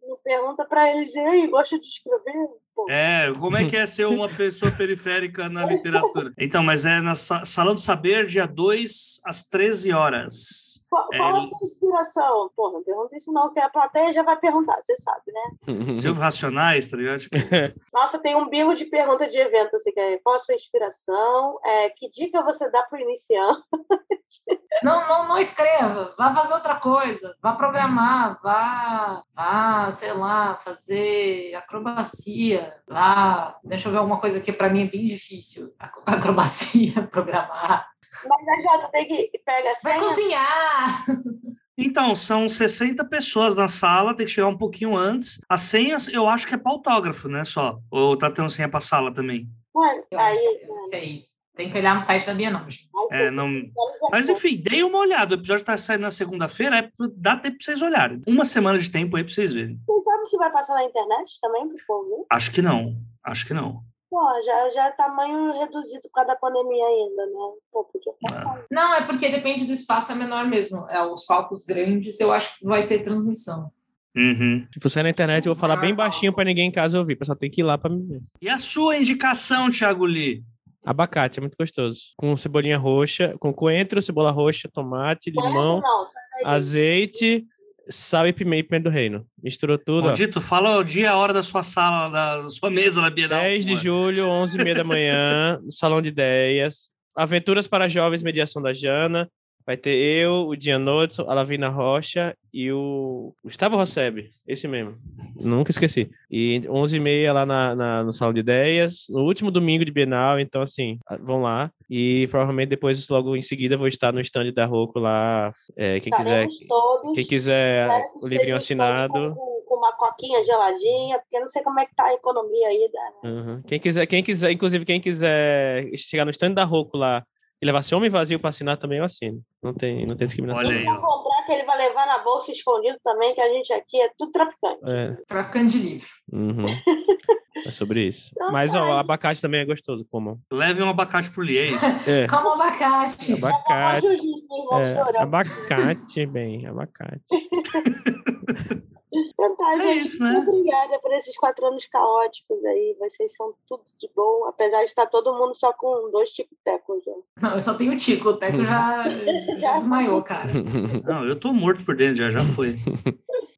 A: Não pergunta pra eles, e aí, gosta de escrever? pô.
D: É, como é que é ser uma pessoa periférica na literatura? Então, mas é na Sa- Salão do Saber, dia 2 às 13 horas.
A: Qual, qual a sua inspiração? Pô, não pergunta isso não, porque a plateia já vai perguntar, você sabe, né?
D: Silvio Racionais, tá ligado? Tipo,
A: Nossa, tem um bingo de pergunta de evento, assim, que é, qual a sua inspiração? É, que dica você dá para o iniciante?
B: Não, não, não escreva. Vá fazer outra coisa. Vá programar. Vá, vá, sei lá, fazer acrobacia. Vá. Deixa eu ver alguma coisa que para mim é bem difícil. Ac- Acrobacia, programar.
A: Mas a Jota tem que pega a
B: Vai
A: senha,
B: cozinhar.
D: Então, são 60 pessoas na sala, tem que chegar um pouquinho antes. As senhas, eu acho que é pautógrafo, né? Só. Ou tá tendo senha pra sala também.
A: mano,
B: Eu acho
A: aí...
B: que é isso aí. Tem que olhar no site da Bienal. gente.
D: É, não. Mas enfim, dei uma olhada. O episódio tá saindo na segunda-feira, é, dá tempo pra vocês olharem. Uma semana de tempo aí pra vocês verem.
A: Você sabe se vai passar na internet também, por favor?
D: Acho que não. Acho que não.
A: Pô, já, já é tamanho reduzido por causa da pandemia ainda, né? Pô, podia passar.
B: Não, é porque depende do espaço, é menor mesmo. É, os palcos grandes, eu acho que vai ter transmissão.
D: Uhum.
C: Se for sair na internet, eu vou falar bem baixinho pra ninguém em casa ouvir. O pessoal tem que ir lá pra mim ver.
D: E a sua indicação, Thiago Lee?
C: Abacate, é muito gostoso. Com cebolinha roxa, com coentro, cebola roxa, tomate,
A: Não,
C: limão,
A: não, sai daí.
C: azeite, sal e pimenta, e pimenta do reino. Misturou tudo. ó.
D: Maldito, fala o dia e a hora da sua sala, da sua mesa na Bienal.
C: 10 de
D: porra.
C: julho, 11 h 30 da manhã, no Salão de Ideias. Aventuras para Jovens, mediação da Jana. Vai ter eu, o Dian Nodson, a Lavina Rocha e o Gustavo Rosseb, esse mesmo. Nunca esqueci. E 11 h 30 lá na, na- no Salão de Ideias, no último domingo de Bienal, então assim, a- vão lá. E provavelmente depois, logo em seguida, eu vou estar no stand da Rocco lá. É, quem quiser,
A: Estaremos todos.
C: quem quiser
A: Tá, Espero que
C: É, o livrinho
A: estejam todos
C: assinado.
A: Com, com uma coquinha geladinha, porque eu não sei como é que tá a economia aí. Da...
C: Aham. Quem quiser, quem quiser, inclusive quem quiser chegar no stand da Roku lá e levar seu homem vazio para assinar também eu assino. Não tem, não tem discriminação.
D: Olha
A: Ele
D: aí,
A: vai um comprar que ele vai levar na bolsa escondido também, que a gente aqui é tudo traficante.
C: É,
B: Traficante de livro.
C: uhum. é sobre isso.
A: Então
C: Mas
A: vai.
C: ó, abacate também é gostoso, como.
D: Leve um abacate pro Lee, é isso?
C: É,
B: Calma o abacate.
A: Pode
C: abacate.
A: ir, irmão,
C: É,
A: chorando.
C: abacate, bem, abacate.
A: Então tá,
D: É
A: gente,
D: isso, né?
A: muito obrigada por esses quatro anos caóticos aí. Vocês são tudo de bom, apesar de estar todo mundo só com dois ticotecos. já.
B: Não, eu só tenho o Tico. O Teco já,
A: Uhum.
B: já desmaiou, cara.
D: Não, eu tô morto por dentro, já, já foi.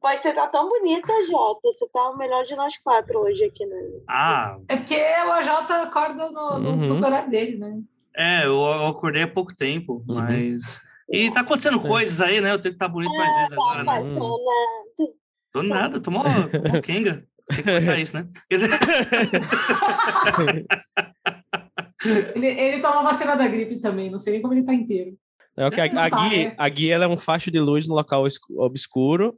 A: Mas você tá tão bonita, Jota. Você tá o melhor de nós quatro hoje aqui, né?
D: Ah,
B: É porque o AJ acorda no, no
C: Uhum.
B: fuso horário dele, né?
D: é, eu, eu acordei há pouco tempo,
C: Uhum. É.
D: mas. E tá acontecendo coisas aí, né? Eu tenho que estar bonito mais
B: É, tá,
D: vezes agora, né?
A: Apaixonada.
D: Tô nada, tomou, tomou Kenga. Tem que cortar isso, né? Quer dizer,
B: Ele, ele toma vacina da gripe também, não sei nem como ele tá inteiro.
C: É o que a,
B: Não
C: a
B: tá,
C: Gui,
B: né?
C: a Gui ela é um facho de luz no local escu- obscuro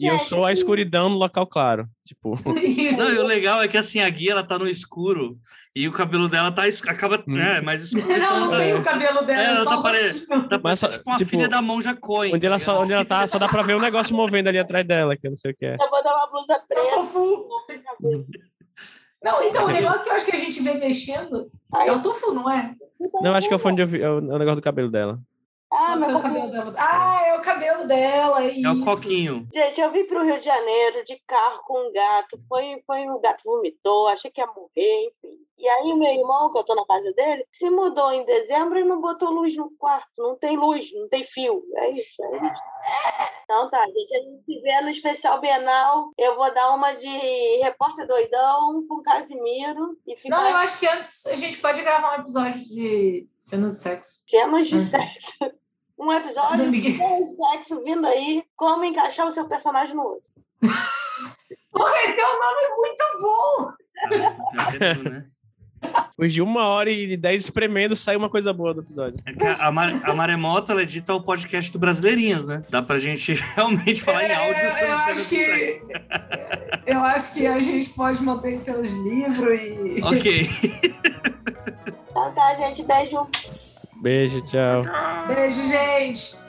C: e eu
A: gente,
C: sou a
A: assim,
C: escuridão no local claro. Tipo,
B: Isso.
D: não, e o legal é que assim, a guia ela tá no escuro e o cabelo dela tá es- acaba
C: Hum.
D: é, mais escuro.
B: Não, não tem o cabelo dela,
D: É,
B: é,
D: ela
B: só
D: tá
B: o
D: pare-
B: rostinho.
D: Tá
C: Mas só-
D: parecendo tipo uma
C: tipo,
D: filha da Monja Coin.
C: onde ela, só, onde ela
D: assim.
C: tá, só dá pra ver o negócio movendo ali atrás dela, que eu não sei o que é.
A: Eu vou dar uma blusa
B: Eu
A: preta
B: tô full.
A: na cabeça.
B: Não, então, o negócio que eu acho que a gente vê mexendo
A: Aí
B: é
A: eu
B: o tofu, não é?
A: fico
C: Não, acho que é o
A: tranquila.
C: fone de ouvido, é o, é o negócio do cabelo dela.
A: Ah,
B: Pode
A: mas
B: ser o cabelo dela. Ah, é o cabelo dela, é isso.
D: É o coquinho.
A: Gente, eu vim para o Rio de Janeiro de carro com um gato. Foi, foi um gato vomitou, achei que ia morrer, enfim. E aí, meu irmão, que eu tô na casa dele, se mudou em dezembro e não botou luz no quarto. Não tem luz, não tem fio. É isso, é isso. Então tá, gente. A gente se vê no especial Bienal. Eu vou dar uma de repórter doidão um com Casimiro e
B: Não, eu
A: ficar
B: acho que antes a gente pode gravar um episódio de cenas de sexo.
A: cenas de
B: Hum.
A: sexo. Um episódio de sexo vindo aí, como encaixar o seu personagem no outro.
B: Porra, esse é um nome muito bom!
D: Já teve, É, né?
C: Depois de uma hora e dez espremendo, sai uma coisa boa do episódio.
D: É que a, Mar- a Maremoto, ela edita o podcast do Brasileirinhas, né? Dá pra gente realmente falar em áudio
B: É, eu,
D: sobre
B: eu
D: cenas
B: acho
D: de sexo.
B: que Eu acho que a gente pode manter seus livros e.
D: Ok.
A: Então tá, gente. Beijo.
C: Beijo, tchau.
B: Beijo, gente!